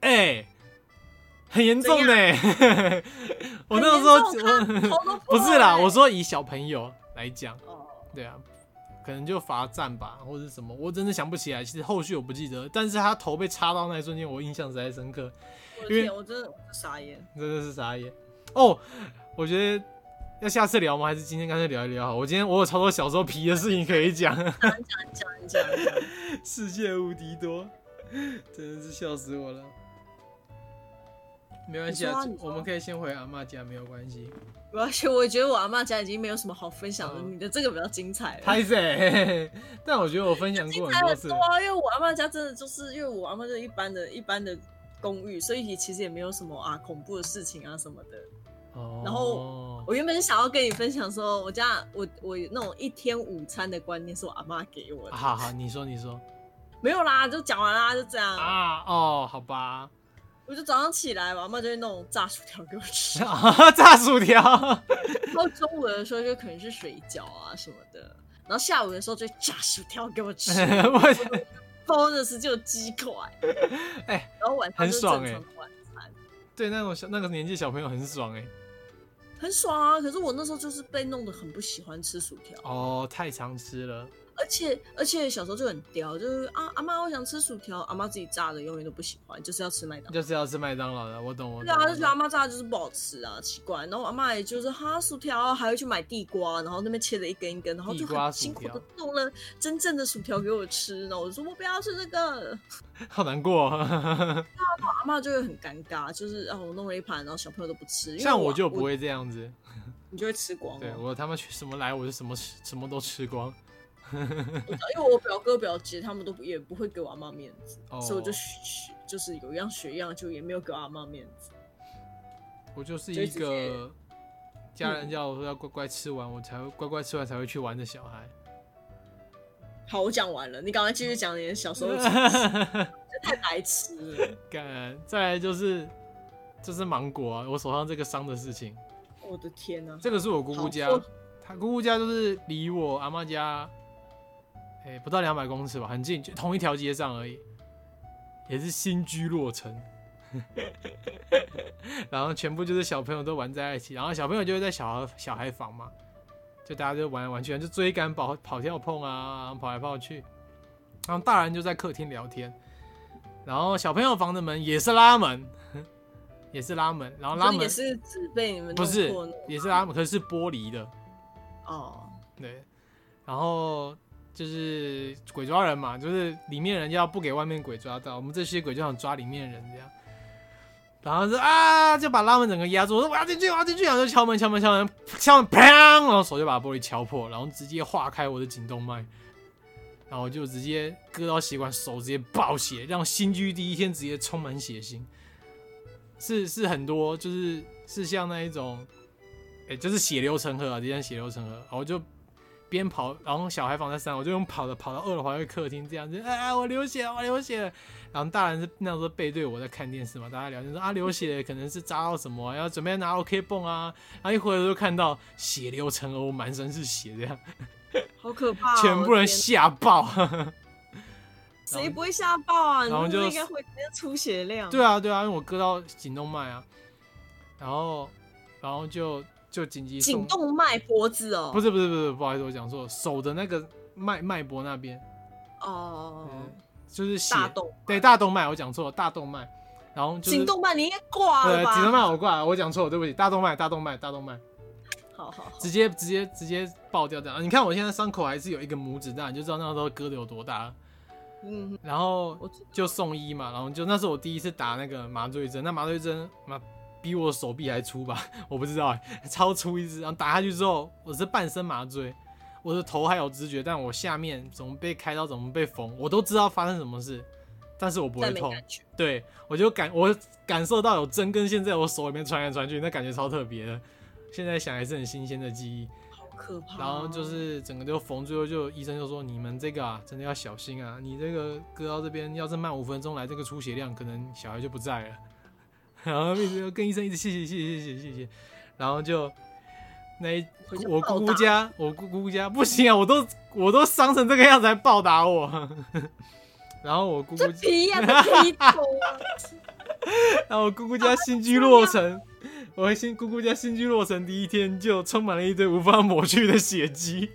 Speaker 2: 哎、很严重呢、 我那时候
Speaker 1: 很严重他啊头都破
Speaker 2: 不
Speaker 1: 了
Speaker 2: 是啦，
Speaker 1: 欸
Speaker 2: 我说以小朋友来讲，
Speaker 1: 哦，
Speaker 2: 对啊，可能就罚站吧，或者是什么，我真的想不起来。其实后续我不记得，但是他头被插到那一瞬间，我印象实在深刻，
Speaker 1: 我的
Speaker 2: 因为
Speaker 1: 天，我真的我真的傻眼。
Speaker 2: 真的是傻眼。哦，我觉得要下次聊吗？还是今天干脆聊一聊好？我今天我有超多小时候皮的事情可以讲，
Speaker 1: 讲一讲，
Speaker 2: 世界无敌多，真的是笑死我了。没关系
Speaker 1: 你说
Speaker 2: 啊
Speaker 1: 啊你，说
Speaker 2: 我们可以先回阿嬷家，没有关系。
Speaker 1: 而且我觉得我阿妈家已经没有什么好分享的，
Speaker 2: 嗯
Speaker 1: 你的这个比较精彩了。
Speaker 2: 拍谁？ 但我觉得我分享过
Speaker 1: 精
Speaker 2: 很
Speaker 1: 彩
Speaker 2: 多
Speaker 1: 很
Speaker 2: 次
Speaker 1: 多，啊，因为我阿妈家真的就是，因为我阿妈就是一般的、一般的公寓，所以也其实也没有什么啊恐怖的事情啊什么的。
Speaker 2: 哦
Speaker 1: 然后我原本是想要跟你分享说，我家我我那种一天午餐的观念是我阿妈给我的，
Speaker 2: 啊 好好，你说你说
Speaker 1: 没有啦，就讲完啦，就这样。
Speaker 2: 啊哦，好吧，
Speaker 1: 我就早上起来，我阿妈就会弄炸薯条给我吃，然
Speaker 2: 啊 炸薯 条，
Speaker 1: 后中午的时候就可能是水饺啊什么的，然后下午的时候就炸薯条给我 吃。
Speaker 2: 我
Speaker 1: bonus 就有鸡块，
Speaker 2: 哎
Speaker 1: 然后晚上就是
Speaker 2: 很
Speaker 1: 正
Speaker 2: 爽哎
Speaker 1: 常的晚餐，
Speaker 2: 对那种小那个年纪小朋友很爽哎、
Speaker 1: 很爽啊！可是我那时候就是被弄得很不喜欢吃薯条，
Speaker 2: 哦，太常吃了，
Speaker 1: 而且而且小时候就很刁，就是啊阿妈我想吃薯条，阿妈自己炸的永远都不喜欢，就是要吃麦当劳。
Speaker 2: 就是要吃麦当劳的，我懂我
Speaker 1: 对
Speaker 2: 懂。
Speaker 1: 啊，
Speaker 2: 我
Speaker 1: 就觉得阿
Speaker 2: 懂
Speaker 1: 妈炸的就是不好吃啊，奇怪。然后我阿妈也就是哈薯条，啊还会去买地瓜，然后那边切了一根一根，然后就
Speaker 2: 地瓜
Speaker 1: 很
Speaker 2: 薯
Speaker 1: 辛苦
Speaker 2: 条
Speaker 1: 的弄了真正的薯条给我吃。然后我就说我不要吃这个，
Speaker 2: 好难过、哦，
Speaker 1: 阿妈就会很尴尬，就是啊我弄了一盘，然后小朋友都不吃。因为
Speaker 2: 像
Speaker 1: 我
Speaker 2: 我就不
Speaker 1: 我
Speaker 2: 会这样子。
Speaker 1: 你就会吃光、哦。
Speaker 2: 对我他妈去什么来，我就什么吃什么都吃光。
Speaker 1: 因为我表哥表姐他们都不也不会给我阿妈面子，
Speaker 2: 哦，
Speaker 1: 所以我就学就是有样学样，就也没有给我阿妈面子。
Speaker 2: 我就是
Speaker 1: 就
Speaker 2: 一
Speaker 1: 直接
Speaker 2: 个家人叫我说要乖乖吃完，我才会乖乖吃完才会去玩的小孩。
Speaker 1: 好，我讲完了，你赶快继续讲你的小时 候的情况，太白痴了，
Speaker 2: 干，再来就是就是芒果啊，我手上这个伤的事情，
Speaker 1: 我的天啊哪、
Speaker 2: 这个是我姑姑家
Speaker 1: 好我，
Speaker 2: 她姑姑家就是离我阿妈家，哎、不到两百公尺吧，很近，就同一条街上而已，也是新居落成。 然后全部就是小朋友都玩在一起，然后小朋友就会在小孩小孩房嘛，就大家就玩来玩去，就追赶跑跑跳碰啊，跑来跑去，然后大人就在客厅聊天，然后小朋友房的门也是拉门， 也是拉门，然后拉
Speaker 1: 所以
Speaker 2: 门
Speaker 1: 也是只被你们
Speaker 2: 不是
Speaker 1: 弄破那种
Speaker 2: 也是拉门，可是是玻璃的，
Speaker 1: 哦，
Speaker 2: 对，然后就是鬼抓人嘛，就是里面人要不给外面鬼抓到，我们这些鬼就想抓里面人这样。然后是啊，就把拉门整个压住，我说我要进去，我要进去，然后就敲门，敲门，敲门，敲门，砰！然后手就把玻璃敲破，然后直接划开我的颈动脉，然后就直接割到血管，手直接爆血，让新居第一天直接充满血腥。是是很多，就是是像那一种，哎、就是血流成河啊，直接血流成河，然后就边跑，然后小孩房在三楼，我就用跑的跑到二楼还会客厅这样子，啊，我流血了，我流血了。然后大人是那时候背对我在看电视嘛，大家聊天说啊流血了可能是扎到什么，啊要准备拿 OK 泵啊，然后一回头就看到血流成河，我满身是血，这样
Speaker 1: 好可怕、哦！
Speaker 2: 全部
Speaker 1: 天
Speaker 2: 人
Speaker 1: 哪
Speaker 2: 吓爆。
Speaker 1: 谁不会吓爆啊？你
Speaker 2: 然后
Speaker 1: 们是不是
Speaker 2: 就
Speaker 1: 应该会直接出血量。
Speaker 2: 对啊，对啊，因为我割到颈动脉啊，然后然后就就紧急送
Speaker 1: 颈动脉、脖子哦，
Speaker 2: 不
Speaker 1: 是
Speaker 2: 是不是不是，不好意思，我讲错，手的那个脉脉搏那边，
Speaker 1: 哦，
Speaker 2: 嗯，就是血，
Speaker 1: 大动
Speaker 2: 对大动脉，我讲错了，大动脉，然后就是
Speaker 1: 颈动脉你应该挂
Speaker 2: 对
Speaker 1: 了吧？
Speaker 2: 颈动脉我挂了，我讲错了，对不起，大动脉大动脉大动脉，
Speaker 1: 好好好，
Speaker 2: 直接直接直接爆掉这样，你看我现在伤口还是有一个拇指大，你就知道那时候割的有多大了，
Speaker 1: 嗯，
Speaker 2: 然后
Speaker 1: 我知道
Speaker 2: 就送医嘛，然后就那是我第一次打那个麻醉针，那麻醉针妈比我手臂还粗吧， 我不知道、欸，超粗一支。然后打下去之后，我是半身麻醉，我的头还有知觉，但我下面怎么被开刀，怎么被缝，我都知道发生什么事，但是我不会
Speaker 1: 但没
Speaker 2: 痛。
Speaker 1: 感觉。
Speaker 2: 对我就感我感受到有针跟线在我手里面穿来穿去，那感觉超特别的。现在想还是很新鲜的记忆。
Speaker 1: 可怕。哦
Speaker 2: 然后就是整个就缝，最后就医生就说你们这个啊，真的要小心啊！你这个割到这边，要是慢五分钟来这个出血量，可能小孩就不在了。 然后一直跟医生一直谢谢谢谢谢谢谢谢，然后就那一
Speaker 1: 回去
Speaker 2: 我
Speaker 1: 暴
Speaker 2: 姑
Speaker 1: 打
Speaker 2: 姑家，我姑姑家不行啊，我都我都伤成这个样子还暴打我。 然后我姑姑
Speaker 1: 这，皮 呀、这皮头啊，
Speaker 2: 然后我姑姑家新居落成，我新姑姑家新居落成第一天就充满了一堆无法抹去的血迹。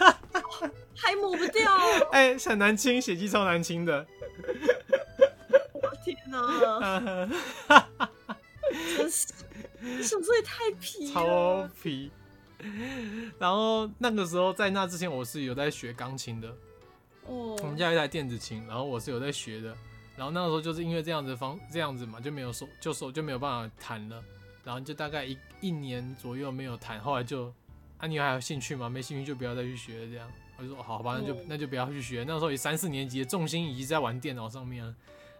Speaker 1: 还抹不掉、啊
Speaker 2: 哎、很难清，血迹超难清的。
Speaker 1: 我的天哪、真是，小时候也太皮
Speaker 2: 超
Speaker 1: 了。哦
Speaker 2: 皮。然后那个时候，在那之前，我是有在学钢琴的。
Speaker 1: 哦
Speaker 2: 我，们家有一台电子琴，然后我是有在学的。然后那个时候就是因为这样子的方这样子嘛，就没有手就手就没有办法弹了，然后就大概一一年左右没有弹，后来就啊你还有兴趣吗？没兴趣就不要再去学了这样。我就说哦好吧，那就
Speaker 1: 嗯
Speaker 2: 那就不要去学。那时候也三四年级，重心已经在玩电脑上面了，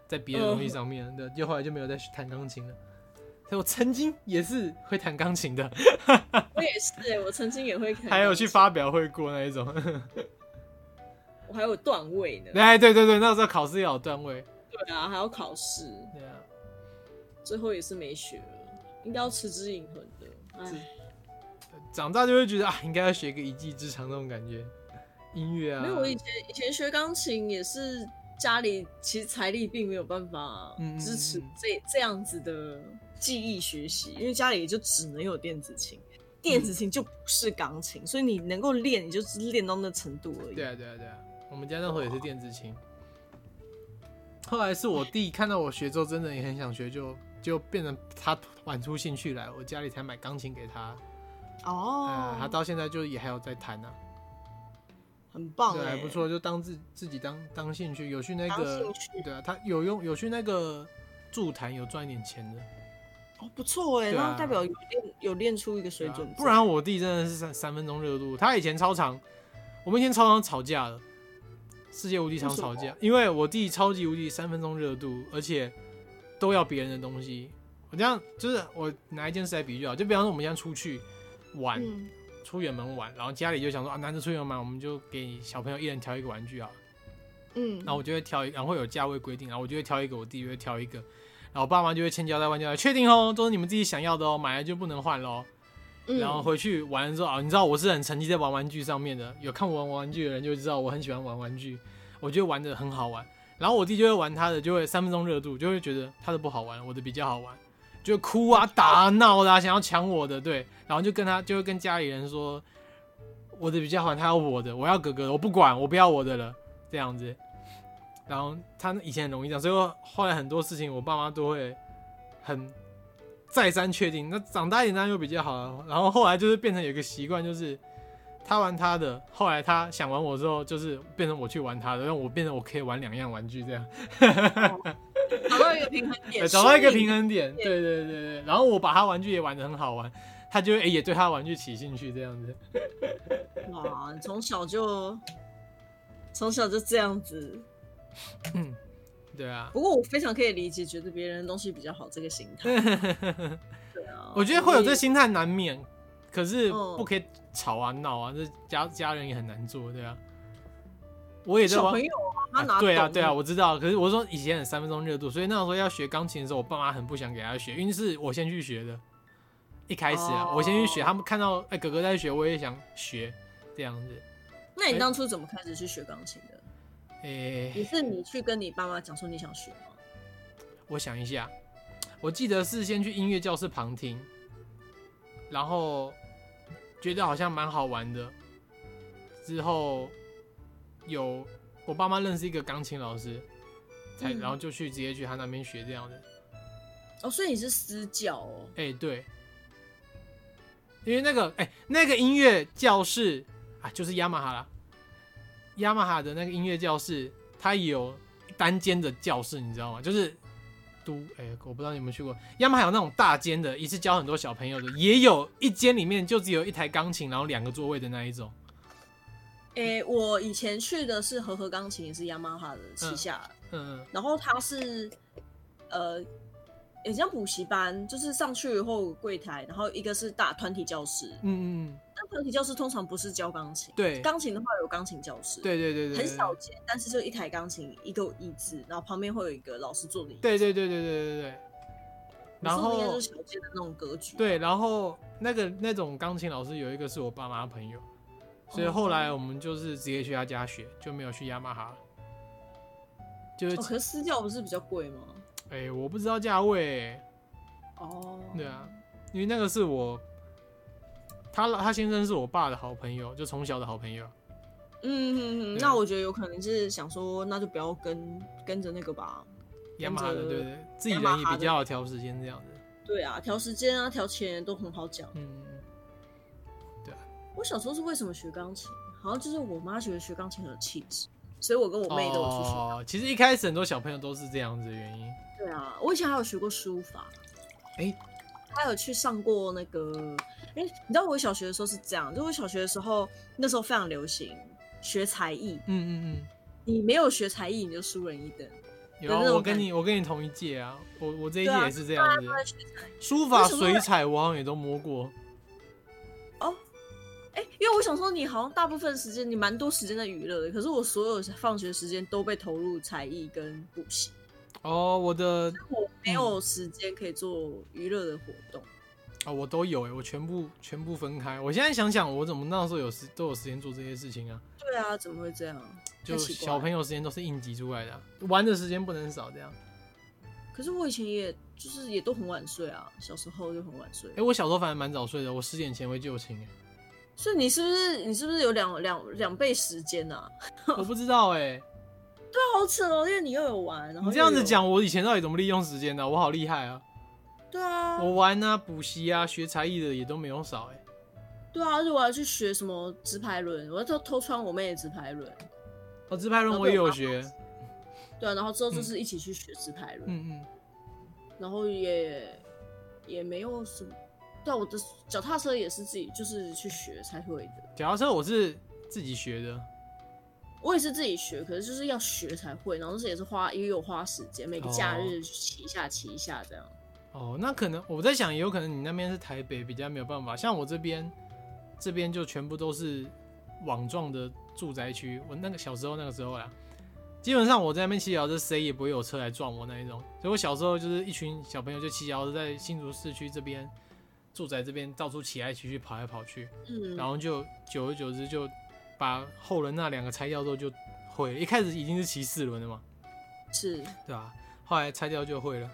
Speaker 2: 在别的东西上面了，对，就后来就没有再去弹钢琴了。所以我曾经也是会弹钢琴的，
Speaker 1: 我也是、欸，我曾经也会看，
Speaker 2: 还有去，发表会过那一种。
Speaker 1: 我还有段位呢，
Speaker 2: 哎，对对对，那时候考试也有段位。
Speaker 1: 对啊，还要考试，
Speaker 2: 对啊，
Speaker 1: 最后也是没学了，应该要持之以恒的。哎，
Speaker 2: 长大就会觉得啊，应该要学个一技之长那种感觉。音乐啊，
Speaker 1: 没有，我以前以前学钢琴也是家里其实财力并没有办法
Speaker 2: 嗯嗯
Speaker 1: 支持
Speaker 2: 嗯
Speaker 1: 这这样子的技艺学习，因为家里也就只能有电子琴。电
Speaker 2: 嗯
Speaker 1: 子琴就不是钢琴，所以你能够练，你就只是练到那程度而已。
Speaker 2: 对啊对啊对啊，我们家那时候也是电子琴。后来是我弟看到我学之后，真的也很想学，就就变成他玩出兴趣来，我家里才买钢琴给他。
Speaker 1: 哦
Speaker 2: 呃，他到现在就也还有在弹啊，
Speaker 1: 很棒
Speaker 2: 对，
Speaker 1: 哎、
Speaker 2: 还不错，就当自自己当当兴趣，有去那个
Speaker 1: 当兴趣，
Speaker 2: 对啊，他有用有去那个助弹，有赚一点钱的。
Speaker 1: 哦，不错哎、
Speaker 2: 对啊
Speaker 1: 那代表有练有练出一个
Speaker 2: 对
Speaker 1: 水
Speaker 2: 啊
Speaker 1: 准在、
Speaker 2: 不然我弟真的是三三分钟热度。他以前超常，我们以前超常吵架的，世界无敌常吵
Speaker 1: 为什
Speaker 2: 架，因为我弟超级无敌三分钟热度，而且都要别人的东西。我这样就是我拿一件事来比喻啊，就比方说我们现在出去玩，
Speaker 1: 嗯，
Speaker 2: 出远门玩，然后家里就想说啊，难得出远门玩，我们就给小朋友一人挑一个玩具啊。
Speaker 1: 嗯，
Speaker 2: 然后我就会挑一，然后会有价位规定，然后我就会挑一个，我弟就会挑一个，然后我爸妈就会千交代万交代，确定哦，都是你们自己想要的哦，买了就不能换喽。
Speaker 1: 嗯
Speaker 2: 然后回去玩的时候啊，你知道我是很沉浸在玩玩具上面的，有看我玩玩具的人就知道我很喜欢玩玩具，我觉得玩的很好玩。然后我弟就会玩他的，就会三分钟热度，就会觉得他的不好玩，我的比较好玩，就会哭啊、打啊、闹啦、想要抢我的，对，然后就跟他就会跟家里人说，我的比较好玩，他要我的，我要哥哥的，我不管，我不要我的了，这样子。然后他以前很容易这样，所以我后来很多事情我爸妈都会很再三确定。那长大一点当然就比较好了。然后后来就是变成有一个习惯，就是他玩他的，后来他想玩我之后，就是变成我去玩他的，让我变成我可以玩两样玩具这样，哎
Speaker 1: 找到一个平衡点，
Speaker 2: 找到一个
Speaker 1: 输赢
Speaker 2: 平衡点。对对对对。然后我把他玩具也玩得很好玩，他就会、诶哎也对他玩具起兴趣这样子。
Speaker 1: 哇，你从小就从小就这样子。
Speaker 2: 对啊，
Speaker 1: 不过我非常可以理解，觉得别人的东西比较好这个心态。对啊，
Speaker 2: 我觉得会有这心态难免，可是
Speaker 1: 嗯
Speaker 2: 不可以吵啊闹啊，这家家人也很难做，对啊。我也在
Speaker 1: 小
Speaker 2: 玩
Speaker 1: 朋，友啊，他哪、
Speaker 2: 啊对啊对啊，，我知道。可是我说以前很三分钟热度，所以那时候要学钢琴的时候，我爸妈很不想给他学，因为是我先去学的。一开始啊，
Speaker 1: 哦
Speaker 2: 我先去学，他们看到哎、哥哥在学，我也想学这样子。
Speaker 1: 那你当初怎么开始去学钢琴的？
Speaker 2: 哎、
Speaker 1: 也是你去跟你爸妈讲说你想学吗？
Speaker 2: 我想一下，我记得是先去音乐教室旁听，然后觉得好像蛮好玩的。之后有我爸妈认识一个钢琴老师，才
Speaker 1: 嗯
Speaker 2: 然后就去直接去他那边学这样的。
Speaker 1: 哦，所以你是私教哦。
Speaker 2: 哎、对，因为那个哎、那个音乐教室啊，就是雅马哈啦，雅马哈的那个音乐教室，它有单间的教室，你知道吗？就是都哎、我不知道你有没有去过，雅马哈有那种大间的，一次教很多小朋友的，也有一间里面就只有一台钢琴，然后两个座位的那一种。
Speaker 1: 诶、我以前去的是和和钢琴，也是雅马哈的旗下，
Speaker 2: 嗯，嗯
Speaker 1: 然后它是呃，也像补习班，就是上去以后有柜台，然后一个是大团体教室，
Speaker 2: 嗯嗯，
Speaker 1: 但团体教室通常不是教钢琴，
Speaker 2: 对
Speaker 1: 钢琴的话有钢琴教室，，
Speaker 2: 对对对对，
Speaker 1: 很
Speaker 2: 对
Speaker 1: 小间，但是就一台钢琴，一个椅子，然后旁边会有一个老师坐的椅子，
Speaker 2: 对对对对对对对。
Speaker 1: 你
Speaker 2: 然
Speaker 1: 说的
Speaker 2: 后
Speaker 1: 应该就是小间的那种格局，，
Speaker 2: 对，然后那个那种钢琴老师有一个是我爸妈的朋友，所以
Speaker 1: 哦
Speaker 2: 后来我们就是直接去他家学，就没有去雅马哈了。就是
Speaker 1: 哦，可是私教不是比较贵吗？
Speaker 2: 哎、我不知道价位、
Speaker 1: 哦，
Speaker 2: 对啊，因为那个是我他他先生是我爸的好朋友，就从小的好朋友。
Speaker 1: 嗯嗯嗯，
Speaker 2: 对啊
Speaker 1: 那我觉得有可能是想说，那就不要跟跟着那个吧。
Speaker 2: 雅马哈的，
Speaker 1: 跟着
Speaker 2: 对不对？自己
Speaker 1: 雅马
Speaker 2: 人也
Speaker 1: 哈
Speaker 2: 比
Speaker 1: 的
Speaker 2: 较好调时间这样子。
Speaker 1: 对啊，调时间啊，调钱都很好讲。
Speaker 2: 嗯，
Speaker 1: 我小时候是为什么学钢琴？好像就是我妈觉得学钢琴很有气质，所以我跟我妹都有去学。
Speaker 2: 哦，其实一开始很多小朋友都是这样子的原因。
Speaker 1: 对啊，我以前还有学过书法，
Speaker 2: 哎
Speaker 1: 还有去上过那个，哎、你知道我小学的时候是这样，就我小学的时候那时候非常流行学才艺，
Speaker 2: 嗯嗯
Speaker 1: 你没有学才艺你就输人一等。
Speaker 2: 嗯，有啊
Speaker 1: 有那，种
Speaker 2: 我跟你我跟你同一届啊，我我这
Speaker 1: 对
Speaker 2: 一届
Speaker 1: 啊
Speaker 2: 也是这样子。
Speaker 1: 大家学才艺
Speaker 2: 书法、
Speaker 1: 为什么
Speaker 2: 水彩我好像也都摸过。
Speaker 1: 哦，哎、因为我想说你好像大部分时间你蛮多时间在娱乐的，可是我所有放学时间都被投入才艺跟补习，
Speaker 2: 哦，我的
Speaker 1: 我没
Speaker 2: 嗯
Speaker 1: 有时间可以做娱乐的活动。
Speaker 2: 啊、我都有哎、我全部全部分开。我现在想想，我怎么那时候有时都有时间做这些事情啊？
Speaker 1: 对啊，怎么会这样？
Speaker 2: 就
Speaker 1: 太奇怪
Speaker 2: 小朋友时间都是应急出来的啊、玩的时间不能少。这样，
Speaker 1: 可是我以前也就是也都很晚睡啊，小时候就很晚睡
Speaker 2: 哎、。我小时候反而蛮早睡的，我十点前会就寝、 欸。
Speaker 1: 所以你是不是你是不是有两两两倍时间呐、啊？
Speaker 2: 我不知道哎、
Speaker 1: 好扯哦，因为你又有玩，然后
Speaker 2: 你
Speaker 1: 又
Speaker 2: 这样子
Speaker 1: 有，
Speaker 2: 讲，我以前到底怎么利用时间的、我好厉害啊！
Speaker 1: 对啊，
Speaker 2: 我玩啊、补习啊、学才艺的也都没有少哎、
Speaker 1: 对啊，而且我还去学什么直排轮，我要偷偷穿我妹的直排轮，
Speaker 2: 哦，自拍轮我也有学，
Speaker 1: 对啊，然后之后就是一起去学直排轮，
Speaker 2: 嗯嗯，
Speaker 1: 然后也也没有什么，对啊、我的脚踏车也是自己就是去学才会的，
Speaker 2: 脚踏车我是自己学的，
Speaker 1: 我也是自己学，可是就是要学才会，然后这也是花也有花时间，每个假日去骑一下骑一下这样，
Speaker 2: 哦，那可能我在想，也有可能你那边是台北，比较没有办法。像我这边，这边就全部都是网状的住宅区。我那个小时候那个时候啦，基本上我在那边骑脚踏车，谁也不会有车来撞我那一种。所以我小时候就是一群小朋友就骑脚踏车在新竹市区这边住宅这边到处骑来骑去，跑来跑去，
Speaker 1: 嗯，
Speaker 2: 然后就久而久之就把后轮那两个拆掉之后就会了。一开始已经是骑四轮的嘛，
Speaker 1: 是。
Speaker 2: 对吧、后来拆掉就会了。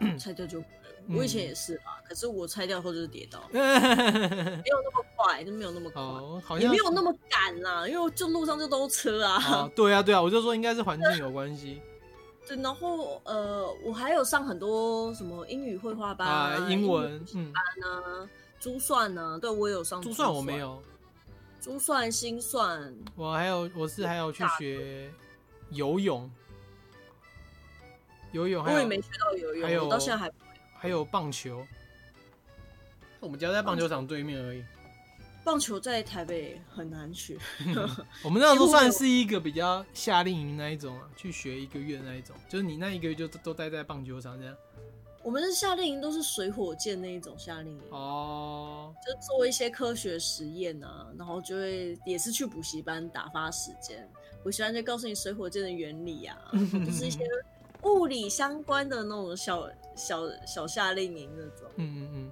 Speaker 1: 拆掉就毁了。
Speaker 2: 嗯
Speaker 1: 我以前也是啊，可是我拆掉后就是跌倒，没有那么快，就没有那么快，
Speaker 2: 哦，好像
Speaker 1: 也没有那么赶啦、因为我就路上就都车啊。
Speaker 2: 哦，对啊，对啊，我就说应该是环境有关系
Speaker 1: 对，然后呃，我还有上很多什么英语绘画班
Speaker 2: 啊，英文
Speaker 1: 语，
Speaker 2: 嗯，
Speaker 1: 啊、珠算啊，对我也有上
Speaker 2: 珠算我没，有，
Speaker 1: 珠算、心算，
Speaker 2: 我还有我是还有去学游泳，游泳
Speaker 1: 我
Speaker 2: 哦还
Speaker 1: 也
Speaker 2: 有
Speaker 1: 没学到游
Speaker 2: 还有
Speaker 1: 泳，我到现在还
Speaker 2: 还有棒球，我们家在棒球场对面而已。
Speaker 1: 棒球在台北很难学，
Speaker 2: 我们那时候
Speaker 1: 几乎没
Speaker 2: 算
Speaker 1: 有
Speaker 2: 是一个比较夏令营那一种啊，去学一个月那一种，就是你那一个月就都都待在棒球场这样。
Speaker 1: 我们的夏令营都是水火箭那一种夏令营。
Speaker 2: 哦，
Speaker 1: 就做一些科学实验啊，然后就会也是去补习班打发时间。补习班就告诉你水火箭的原理 啊，就是一些物理相关的那种小小小夏令营那种。
Speaker 2: 嗯嗯嗯，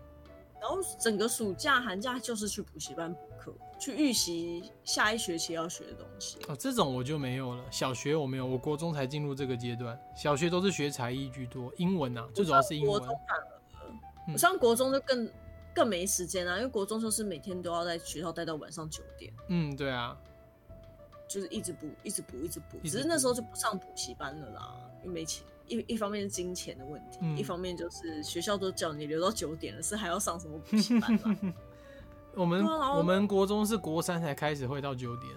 Speaker 1: 然后整个暑假寒假就是去补习班补课，去预习下一学期要学的东西。
Speaker 2: 哦，这种我就没有了。小学我没有，我国中才进入这个阶段。小学都是学才艺居多，英文啊，最主要是英
Speaker 1: 国
Speaker 2: 文
Speaker 1: 中。反而，
Speaker 2: 嗯
Speaker 1: 我上国中就更更没时间啊，因为国中就是每天都要在学校待到晚上九点。
Speaker 2: 嗯，对啊，
Speaker 1: 就是一直补，一直补，一直补。
Speaker 2: 一直补
Speaker 1: 只是那时候就不上补习班了啦，因为没钱。一一方面是金钱的问题，
Speaker 2: 嗯
Speaker 1: 一方面就是学校都叫你留到九点了，是还要上什么补习班 啦？
Speaker 2: 我们
Speaker 1: 对啊然后
Speaker 2: 我们国中是国三才开始会到九点。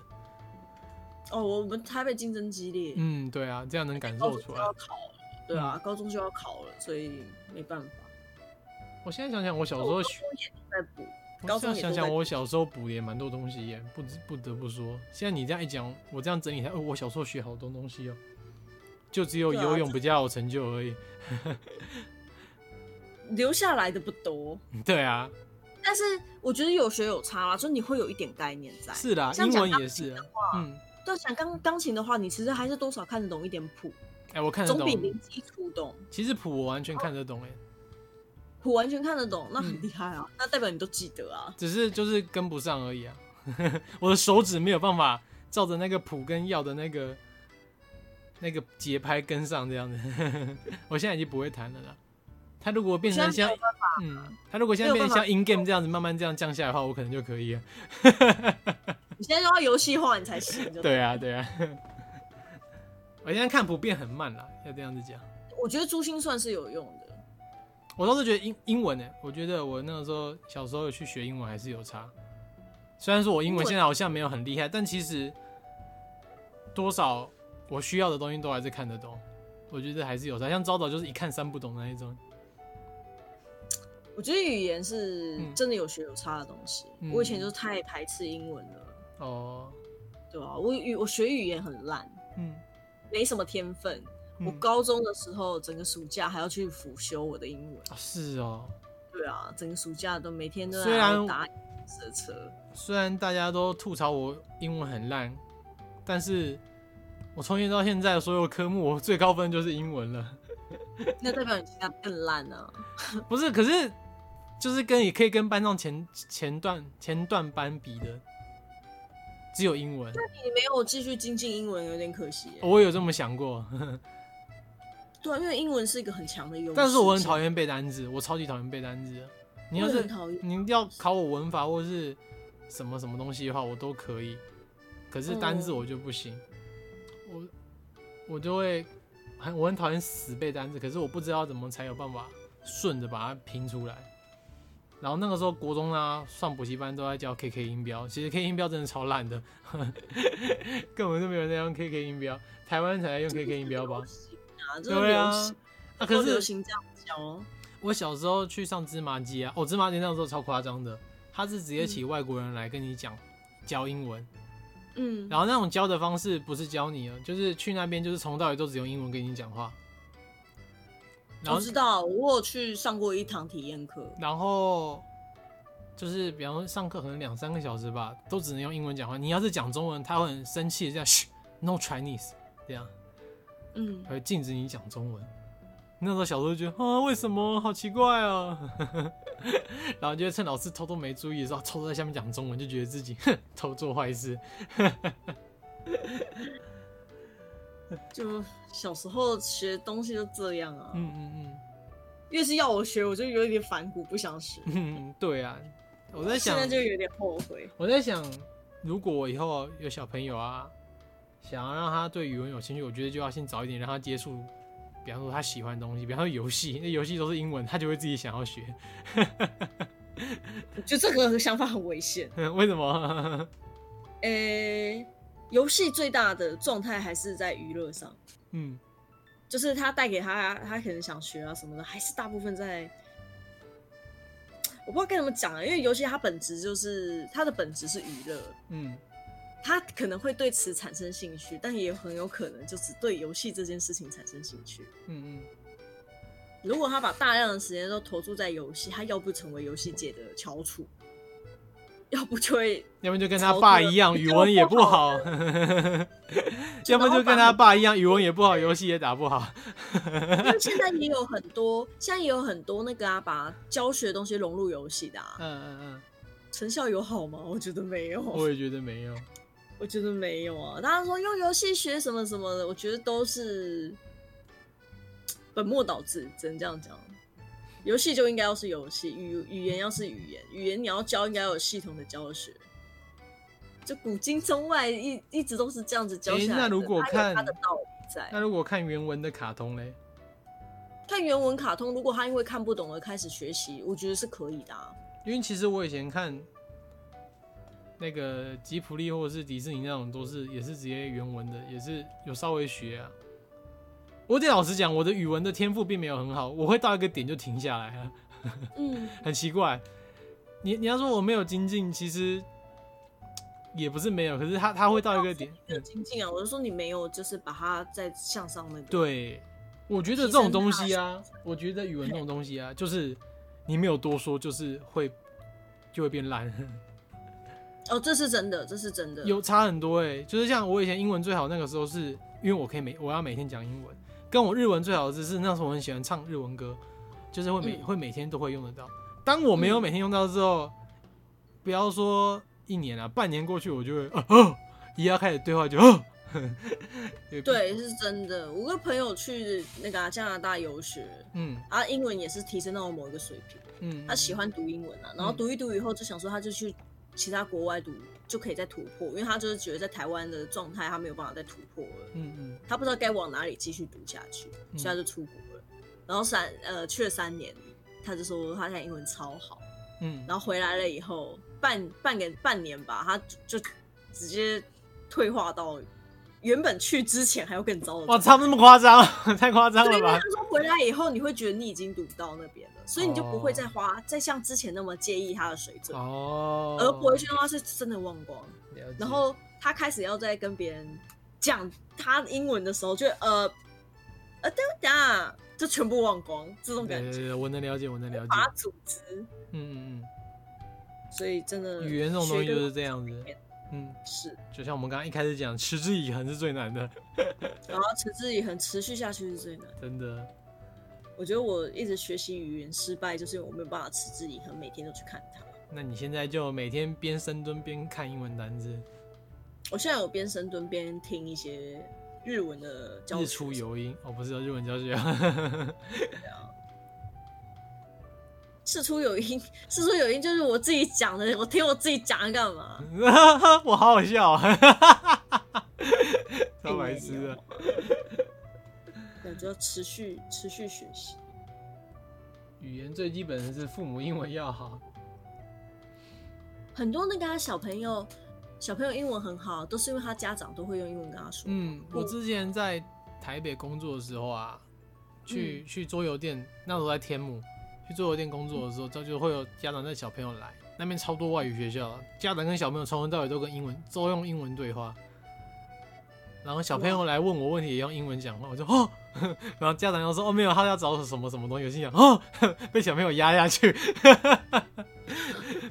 Speaker 1: 哦，我们台北竞争激烈，
Speaker 2: 嗯，对啊，这样能感
Speaker 1: 高
Speaker 2: 受
Speaker 1: 中
Speaker 2: 出
Speaker 1: 就
Speaker 2: 来。嗯
Speaker 1: 要考了，对啊，高中就要考了，所以没办法。
Speaker 2: 我现在想想，我小时候
Speaker 1: 我高
Speaker 2: 学，
Speaker 1: 中也在补，
Speaker 2: 我
Speaker 1: 高
Speaker 2: 现
Speaker 1: 中
Speaker 2: 在
Speaker 1: 也
Speaker 2: 想
Speaker 1: 都
Speaker 2: 想，
Speaker 1: 在
Speaker 2: 我小时候补也蛮多东西耶，不知不得不说。现在你这样一讲，我这样整理一下，哦，我小时候学好多东西哦，就只有
Speaker 1: 对啊
Speaker 2: 游泳比较有成就而已。
Speaker 1: 留下来的不多，
Speaker 2: 对啊，
Speaker 1: 但是我觉得有学有差啦，就是你会有一点概念在。
Speaker 2: 是啦，
Speaker 1: 像
Speaker 2: 英
Speaker 1: 讲
Speaker 2: 文
Speaker 1: 钢
Speaker 2: 也
Speaker 1: 琴
Speaker 2: 是啊
Speaker 1: 的话。
Speaker 2: 嗯，
Speaker 1: 对，想钢钢琴的话，你其实还是多少看得懂一点谱，
Speaker 2: 哎，我看得
Speaker 1: 总
Speaker 2: 懂
Speaker 1: 比。零基础懂。
Speaker 2: 其实谱我完全看得懂哎，
Speaker 1: 谱完全看得懂，那
Speaker 2: 嗯
Speaker 1: 很厉害啊，那代表你都记得啊。
Speaker 2: 只是就是跟不上而已啊。 我的手指没有办法照着那个谱跟要的那个那个节拍跟上这样子。 我现在已经不会弹了啦。它如果变成
Speaker 1: 现在
Speaker 2: 像
Speaker 1: 没有
Speaker 2: 嗯，它如果现在变成
Speaker 1: 没有办
Speaker 2: 像 in game 这样子慢慢这样降下来的话，我可能就可以了。
Speaker 1: 你现在就要游戏化，你才行。就，
Speaker 2: 对啊，对啊。 我现在看谱变很慢啦，要这样子讲。
Speaker 1: 我觉得珠心算是有用的。
Speaker 2: 我倒是觉得英英文呢、欸我觉得我那个时候小时候有去学英文还是有差。虽然说我英
Speaker 1: 英
Speaker 2: 文
Speaker 1: 文
Speaker 2: 现在好像没有很厉害，但其实多少我需要的东西都还是看得懂。我觉得还是有差，像招导就是一看三不懂那一种。
Speaker 1: 我觉得语言是
Speaker 2: 嗯
Speaker 1: 真的有学有差的东西。
Speaker 2: 嗯
Speaker 1: 我以前就是太排斥英文了，
Speaker 2: 哦，
Speaker 1: 对吧、我语我学语言很烂，
Speaker 2: 嗯，
Speaker 1: 没什么天分。我
Speaker 2: 嗯
Speaker 1: 高中的时候，整个暑假还要去辅修我的英文。
Speaker 2: 啊是哦。
Speaker 1: 对啊，整个暑假都每天都
Speaker 2: 虽
Speaker 1: 在
Speaker 2: 然
Speaker 1: 打车车。
Speaker 2: 虽然大家都吐槽我英文很烂，但是我从业到现在所有科目，我最高分就是英文了。
Speaker 1: 那代表你其他更烂啊！
Speaker 2: 不是，可是就是跟也可以跟班上前前段前段班比的，只有英文。
Speaker 1: 你没有继续精进英文，有点可惜耶。
Speaker 2: 我有这么想过，
Speaker 1: 对啊，因为英文是一个很强的优势。
Speaker 2: 但是我很讨厌背单字，我超级讨厌背单字的。你要
Speaker 1: 我也
Speaker 2: 是
Speaker 1: 很讨厌
Speaker 2: 你要考我文法或是什么什么东西的话，我都可以，可是单字
Speaker 1: 嗯
Speaker 2: 我就不行，我我就会很我很讨厌死背单字，可是我不知道怎么才有办法顺着把它拼出来。然后那个时候国中啊，上补习班都在教 KK 音标，其实 KK 音标真的超烂的， 根本就没有人在用 KK 音标，台湾才在用 KK 音标 吧
Speaker 1: 流？行啊，这是
Speaker 2: 对
Speaker 1: 流
Speaker 2: 啊
Speaker 1: 行，，都
Speaker 2: 啊可
Speaker 1: 流
Speaker 2: 是
Speaker 1: 行这样教。啊
Speaker 2: 我小时候去上芝麻街啊，哦，芝麻街那时候超夸张的，他是直接请外国人来跟你讲教英文，
Speaker 1: 嗯，
Speaker 2: 然后那种教的方式不是教你啊，就是去那边就是从头到尾都只用英文跟你讲话，
Speaker 1: 我
Speaker 2: 然后
Speaker 1: 知道，我有去上过一堂体验课。
Speaker 2: 然后就是比方说上课可能两三个小时吧，都只能用英文讲话。你要是讲中文，他会很生气，这样嘘，no Chinese，这样
Speaker 1: 嗯，
Speaker 2: 他会禁止你讲中文。那时候小时候就觉得啊，为什么好奇怪啊？ 然后就会趁老师偷偷没注意的时候，偷偷在下面讲中文，就觉得自己哼偷做坏事。
Speaker 1: 就小时候学东西就这样啊。
Speaker 2: 嗯嗯嗯
Speaker 1: 越是要我学，我就有一点反骨，不想学。
Speaker 2: 嗯嗯，对啊，我在想
Speaker 1: 现，在就有点后悔。
Speaker 2: 我在想，如果我以后有小朋友啊，想要让他对语文有兴趣，我觉得就要先早一点让他接触，比方说他喜欢的东西，比方说游戏，那游戏都是英文，他就会自己想要学。
Speaker 1: 我觉得这个想法很危险。
Speaker 2: 为什么？
Speaker 1: 诶、游戏最大的状态还是在娱乐上，
Speaker 2: 嗯
Speaker 1: 就是它带给他，他可能想学啊什么的，还是大部分在。我不知道该怎么讲啊，因为游戏它本质就是它的本质是娱乐，
Speaker 2: 嗯
Speaker 1: 他可能会对此产生兴趣，但也很有可能就只对游戏这件事情产生兴趣。
Speaker 2: 嗯
Speaker 1: 如果他把大量的时间都投注在游戏，他要不成为游戏界的翘楚， 要不就会
Speaker 2: 嗯，要不然就跟他
Speaker 1: 超
Speaker 2: 爸
Speaker 1: 多
Speaker 2: 一样，
Speaker 1: 比
Speaker 2: 语
Speaker 1: 较
Speaker 2: 文也
Speaker 1: 不
Speaker 2: 不好
Speaker 1: 好；
Speaker 2: 要不然就跟他爸一样，语文也不好，游戏也打不好。
Speaker 1: 因为现在也有很多，现在也有很多那个啊，把教学的东西融入游戏的、啊，
Speaker 2: 嗯嗯嗯，
Speaker 1: 成效有好吗？我觉得没有，
Speaker 2: 我也觉得没有。
Speaker 1: 我觉得没有啊。大家说用游戏学什么什么的，我觉得都是本末倒置，只能这样讲。游戏就应该要是游戏，语语言要是语言，语言你要教应该要有系统的教学。就古今中外一一直都是这样子教
Speaker 2: 诶
Speaker 1: 下来的，
Speaker 2: 那如果
Speaker 1: 它有它
Speaker 2: 看
Speaker 1: 的道理在。
Speaker 2: 那如果看原文的卡通嘞，
Speaker 1: 看原文卡通，如果他因为看不懂而开始学习，我觉得是可以的、啊。
Speaker 2: 因为其实我以前看那个吉普力或者是迪士尼那种，都是也是直接原文的，也是有稍微学啊。我得老实讲，我的语文的天赋并没有很好，我会到一个点就停下来了。
Speaker 1: 嗯，
Speaker 2: 很奇怪。你你要说我没有精进，其实也不是没有，可是他他会到一个点，
Speaker 1: 没有
Speaker 2: 嗯，
Speaker 1: 精进啊！我就说你没有，就是把它再向上那个。，
Speaker 2: 对，我觉得这种东西啊，我觉得语文这种东西啊，就是你没有多说，就是会就会变烂，
Speaker 1: 哦，这是真的，这是真的。
Speaker 2: 有差很多哎、就是像我以前英文最好那个时候是，因为我可以每我要每天讲英文，跟我日文最好的就是那时候我很喜欢唱日文歌，就是会每、
Speaker 1: 嗯
Speaker 2: 会每天都会用得到。当我没有
Speaker 1: 嗯
Speaker 2: 每天用到之后，不要说一年啊，半年过去我就会啊啊，一要开始对话就啊，有
Speaker 1: 对，是真的。我跟朋友去那个啊、加拿大游学，
Speaker 2: 嗯
Speaker 1: 啊，英文也是提升到某一个水平。
Speaker 2: 嗯，
Speaker 1: 他喜欢读英文啊，然后
Speaker 2: 嗯
Speaker 1: 读一读以后就想说，他就去其他国外读，就可以再突破，因为他就是觉得在台湾的状态，他没有办法再突破了。
Speaker 2: 嗯嗯
Speaker 1: 他不知道该往哪里继续读下去，所以他就出国了。然后三呃去了三年，他就说他现在英文超好。
Speaker 2: 嗯，
Speaker 1: 然后回来了以后，半半年半年吧，他就就直接退化到原本去之前还要更糟的
Speaker 2: 哇，
Speaker 1: 状态。
Speaker 2: 差不多那么夸张了， 太夸张
Speaker 1: 对，
Speaker 2: 了
Speaker 1: 因为
Speaker 2: 吧
Speaker 1: 他？说回来以后，你会觉得你已经读到那边了，所以你就不会
Speaker 2: 哦
Speaker 1: 再花、再像之前那么介意他的水准，
Speaker 2: 哦，
Speaker 1: 而不会去让他是真的忘光。
Speaker 2: 了解
Speaker 1: 然后他开始要在跟别人讲他英文的时候，就呃呃对不对？就全部忘光这种
Speaker 2: 对
Speaker 1: 感
Speaker 2: 对
Speaker 1: 觉，啊
Speaker 2: 对，我能了解，我能了解，
Speaker 1: 把它组织。
Speaker 2: 嗯嗯
Speaker 1: 所以真的
Speaker 2: 嗯，语言这种东西
Speaker 1: 学一
Speaker 2: 就
Speaker 1: 个
Speaker 2: 是这样子，嗯，
Speaker 1: 是，
Speaker 2: 就像我们刚刚一开始讲，持之以恒是最难的，
Speaker 1: 然后持之以恒，持续下去是最难的。
Speaker 2: 真的，
Speaker 1: 我觉得我一直学习语言失败，就是因为我没有办法持之以恒，每天都去看它。
Speaker 2: 那你现在就每天边深蹲边看英文单字，
Speaker 1: 我现在有边深蹲边听一些日文的教
Speaker 2: 日
Speaker 1: 学
Speaker 2: 出尤因，哦，不是日文教学，哦
Speaker 1: 事出有因， 事出有因就是我自己讲的，我听我自己讲的干嘛？
Speaker 2: 我好好笑啊， 超白痴的。
Speaker 1: 那就要持续持续学习。
Speaker 2: 语言最基本的是父母英文要好，
Speaker 1: 很多那个啊小朋友，小朋友英文很好，都是因为他家长都会用英文跟他说。
Speaker 2: 嗯，我之前在台北工作的时候啊，
Speaker 1: 嗯
Speaker 2: 去、去桌游店，那时候在天母，去桌游店工作的时候，这就会有家长带小朋友来，那边超多外语学校，家长跟小朋友从头到尾都跟英文，都用英文对话。然后小朋友来问我问题，也用英文讲话，我就哦， 然后家长又说哦没有，他要找什么什么东西，我心想哦， 被小朋友压下去，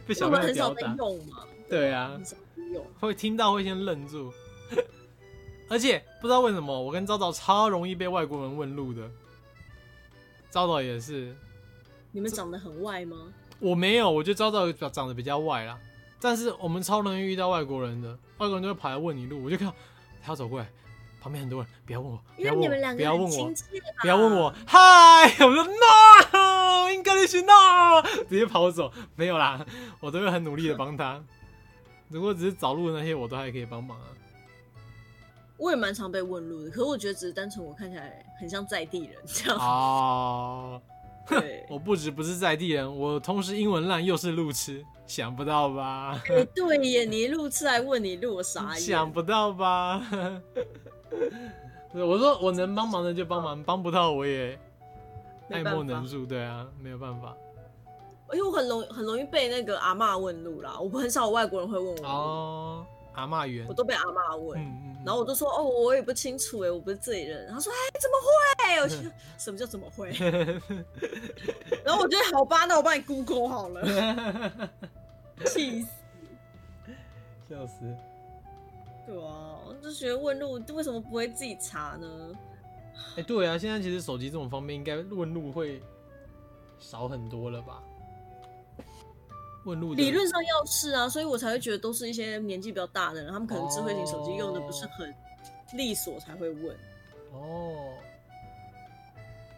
Speaker 2: 被小
Speaker 1: 我们很
Speaker 2: 朋友
Speaker 1: 少
Speaker 2: 吊
Speaker 1: 在
Speaker 2: 打，
Speaker 1: 用嘛，
Speaker 2: 对啊，
Speaker 1: 很少在用。
Speaker 2: 会听到会先愣住， 而且不知道为什么，我跟昭昭超容易被外国人问路的。昭昭也是，
Speaker 1: 你们长得很外吗？
Speaker 2: 我没有，我觉得昭昭长得比较外啦，但是我们超容易遇到外国人的，外国人就会跑来问你路，我就看到他要走过来，旁边很多人，不要问我，不
Speaker 1: 因
Speaker 2: 要
Speaker 1: 为
Speaker 2: 问
Speaker 1: 你们两
Speaker 2: 我，不
Speaker 1: 个
Speaker 2: 要问
Speaker 1: 很亲，
Speaker 2: 我
Speaker 1: 切啊吧？
Speaker 2: 不要问我嗨，我说 no English no，直接跑走，没有啦，我都会很努力的帮他。如果只是找路的那些，我都还可以帮忙啊。
Speaker 1: 我也蛮常被问路的，可是我觉得只是单纯我看起来很像在地人这样。
Speaker 2: 哦，
Speaker 1: 对，
Speaker 2: 我不止不是在地人，我同时英文烂又是路痴，想不到吧？
Speaker 1: 哎对耶，你一路次来问你路，我傻眼。
Speaker 2: 想啊不到吧？ 对我说我能帮忙的就帮忙，帮不到我也爱
Speaker 1: 没办法
Speaker 2: 莫能助。对啊，没有办法。
Speaker 1: 因为我很容很容易被那个阿嬷问路啦，我很少有外国人会问我路，
Speaker 2: 哦，阿骂员
Speaker 1: 嗯我，都被阿嬷问。
Speaker 2: 嗯嗯
Speaker 1: 然后我就说哦，我也不清楚哎，我不是这里人。然后说哎，怎么会？我 就什么叫怎么会？ 然后我觉得好吧，那我帮你 Google 好了，
Speaker 2: 嗯
Speaker 1: 气死！
Speaker 2: 笑死。
Speaker 1: 对啊，我就觉得问路为什么不会自己查呢？
Speaker 2: 哎、对啊，现在其实手机这种方便，应该问路会少很多了吧？问路的
Speaker 1: 理论上要是啊，所以我才会觉得都是一些年纪比较大的人，他们可能智慧型手机用的不是很利索才会问。
Speaker 2: 哦，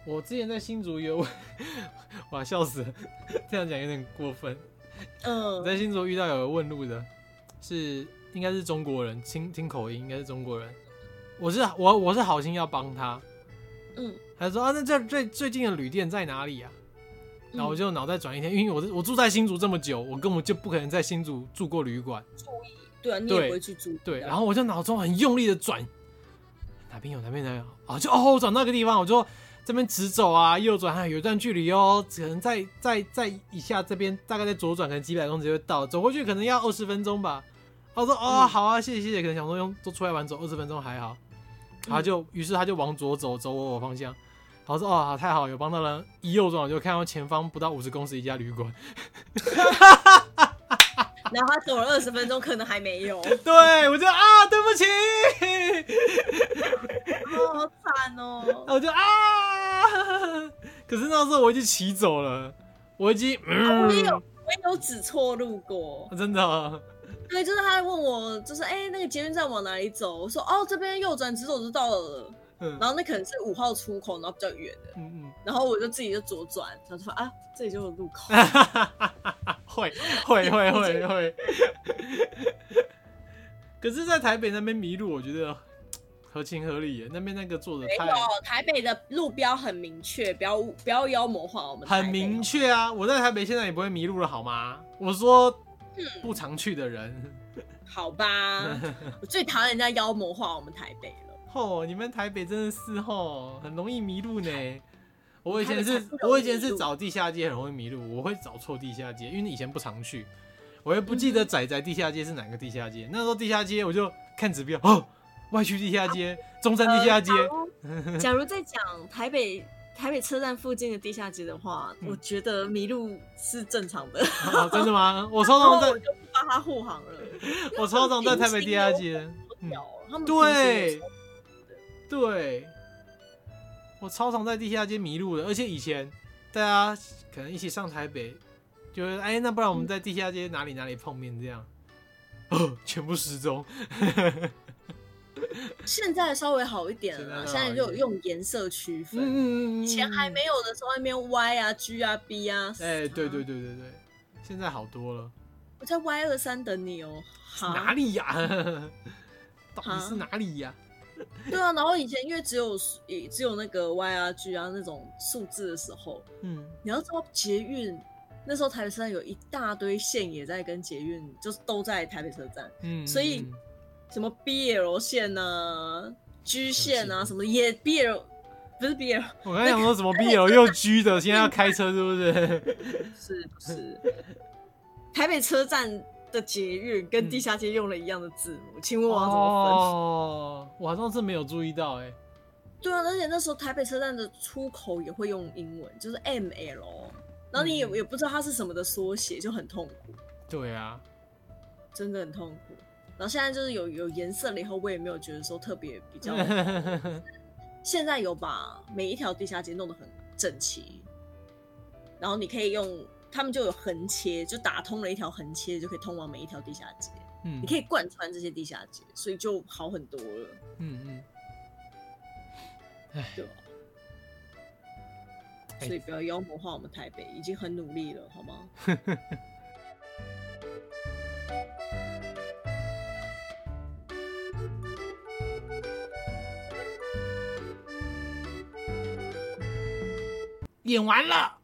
Speaker 2: 我之前在新竹有， 哇笑死了，这样讲有点过分。我
Speaker 1: 嗯，
Speaker 2: 在新竹遇到有个问路的，是应该是中国人，听听口音应该是中国人。我是我我是好心要帮他，
Speaker 1: 嗯，
Speaker 2: 他就说啊，那这最最近的旅店在哪里啊？然后我
Speaker 1: 就
Speaker 2: 就脑袋转一天，因为我是我住在新竹这么久，我根本就不可能在新竹住过旅馆。
Speaker 1: 对啊，你也
Speaker 2: 对
Speaker 1: 不会去注意啊。
Speaker 2: 对，然后我就脑中很用力的转，哪边有哪边哪边有啊，就哦，我转到那个地方，我就这边直走啊，右转还有一段距离哦，可能在在在以下这边大概在左转，可能几百公尺就会到，走过去可能要二十分钟吧。我说哦，
Speaker 1: 嗯
Speaker 2: 好啊，谢谢谢谢，可能想说用都出来玩走二十分钟还好，他就于是他就往左走，走我我方向。然后说哦好太好，有帮到人。一右转我就看到前方不到五十公尺一家旅馆，
Speaker 1: 然后他走了二十分钟，可能还没 有，
Speaker 2: 对我就啊对不起，
Speaker 1: 哦，好惨哦。
Speaker 2: 然后我就啊！ 可是那时候我已经骑走了，我已经嗯，
Speaker 1: 我也有，我也有指错路过
Speaker 2: 啊。真的啊
Speaker 1: 对，就是他问我，就是哎、那个捷运站往哪里走？我说哦，这边右转直走就到了。
Speaker 2: 嗯
Speaker 1: 然后那可能是五号出口，然后比较远的。
Speaker 2: 嗯
Speaker 1: 然后我就自己就左转，然后就说啊，这里就有路口。
Speaker 2: 嗯，会会会会会。 可是，在台北那边迷路，我觉得合情合理耶。那边那个作者
Speaker 1: 没
Speaker 2: 太
Speaker 1: 有，台北的路标很明确，不要不要妖魔化我们。
Speaker 2: 很明，确
Speaker 1: 嗯
Speaker 2: 啊，我在台北现在也不会迷路了，好吗？我说不常去的人，
Speaker 1: 好吧， 我最讨厌人家妖魔化我们台北了。
Speaker 2: 吼、你们台北真的是吼，很容易 迷路呢。我以前
Speaker 1: 台
Speaker 2: 是
Speaker 1: 北才不，容易
Speaker 2: 我以前
Speaker 1: 迷
Speaker 2: 是
Speaker 1: 路
Speaker 2: 找地下街很容易迷路，我会找错地下街，因为以前不常去，我也不
Speaker 1: 嗯
Speaker 2: 记得仔仔地下街是哪个地下街。那时候地下街我就看指标，哦，外区地下 街、中山地下街，
Speaker 1: 哦 假如在讲台北台北车站附近的地下街的话，
Speaker 2: 嗯
Speaker 1: 我觉得迷路是正常的，
Speaker 2: 哦，真的吗？我超
Speaker 1: 然
Speaker 2: 常
Speaker 1: 后我
Speaker 2: 在，
Speaker 1: 就不帮他护航了。
Speaker 2: 我超常在台北地下街，嗯，
Speaker 1: 屌，他们平时有
Speaker 2: 对
Speaker 1: 时候，
Speaker 2: 对，我超常在地下街迷路的，而且以前大家可能一起上台北，就是哎，那不然我们在地下街哪里哪里碰面这样， 哦，全部失踪，
Speaker 1: 现在稍微好一点了啦，现
Speaker 2: 现在
Speaker 1: 在就有用颜色区分。
Speaker 2: 嗯
Speaker 1: 以前还，没有的时候，那边 Y 啊、G 啊、B 啊，
Speaker 2: 哎，对对，对对对，现在好多了，
Speaker 1: 我在 Y 二三等你哦。哈
Speaker 2: 哪里呀、 到底是哪里呀、
Speaker 1: 对啊，然后以前因为只有也只有那个 Y R G 啊那种数字的时候，
Speaker 2: 嗯，
Speaker 1: 你要知道捷运那时候台北车站有一大堆线也在跟捷运，就是都在台北车站，
Speaker 2: 嗯，
Speaker 1: 所以
Speaker 2: 嗯
Speaker 1: 什么 B L 线啊、G 线
Speaker 2: 了
Speaker 1: 啊，
Speaker 2: 解
Speaker 1: 什么也 B L 不是 B L
Speaker 2: 我刚才想说什么 BL 又 G 的，现在要开车是 不是？
Speaker 1: 是不是？ 台北车站的捷运跟
Speaker 2: 嗯
Speaker 1: 地下街用了一样的字母，请问我要怎么分？
Speaker 2: 哦，我好像是没有注意到、哎。
Speaker 1: 对啊，而且那时候台北车站的出口也会用英文，就是 M L，然后你也、
Speaker 2: 嗯
Speaker 1: 也不知道它是什么的缩写，就很痛苦，
Speaker 2: 对啊，
Speaker 1: 真的很痛苦。然后现在就是有有颜色了以后，我也没有觉得说特别比 较。现在有把每一条地下街弄得很整齐，然后你可以用他们就有横切，就打通了一条横切，就可以通往每一条地下街，
Speaker 2: 嗯
Speaker 1: 你可以贯穿这些地下街，所以就好很多了，
Speaker 2: 嗯嗯，哎，
Speaker 1: 对吧？
Speaker 2: 哎
Speaker 1: 所以不要妖魔化我们台北，已经很努力了，好吗？
Speaker 2: 演完了，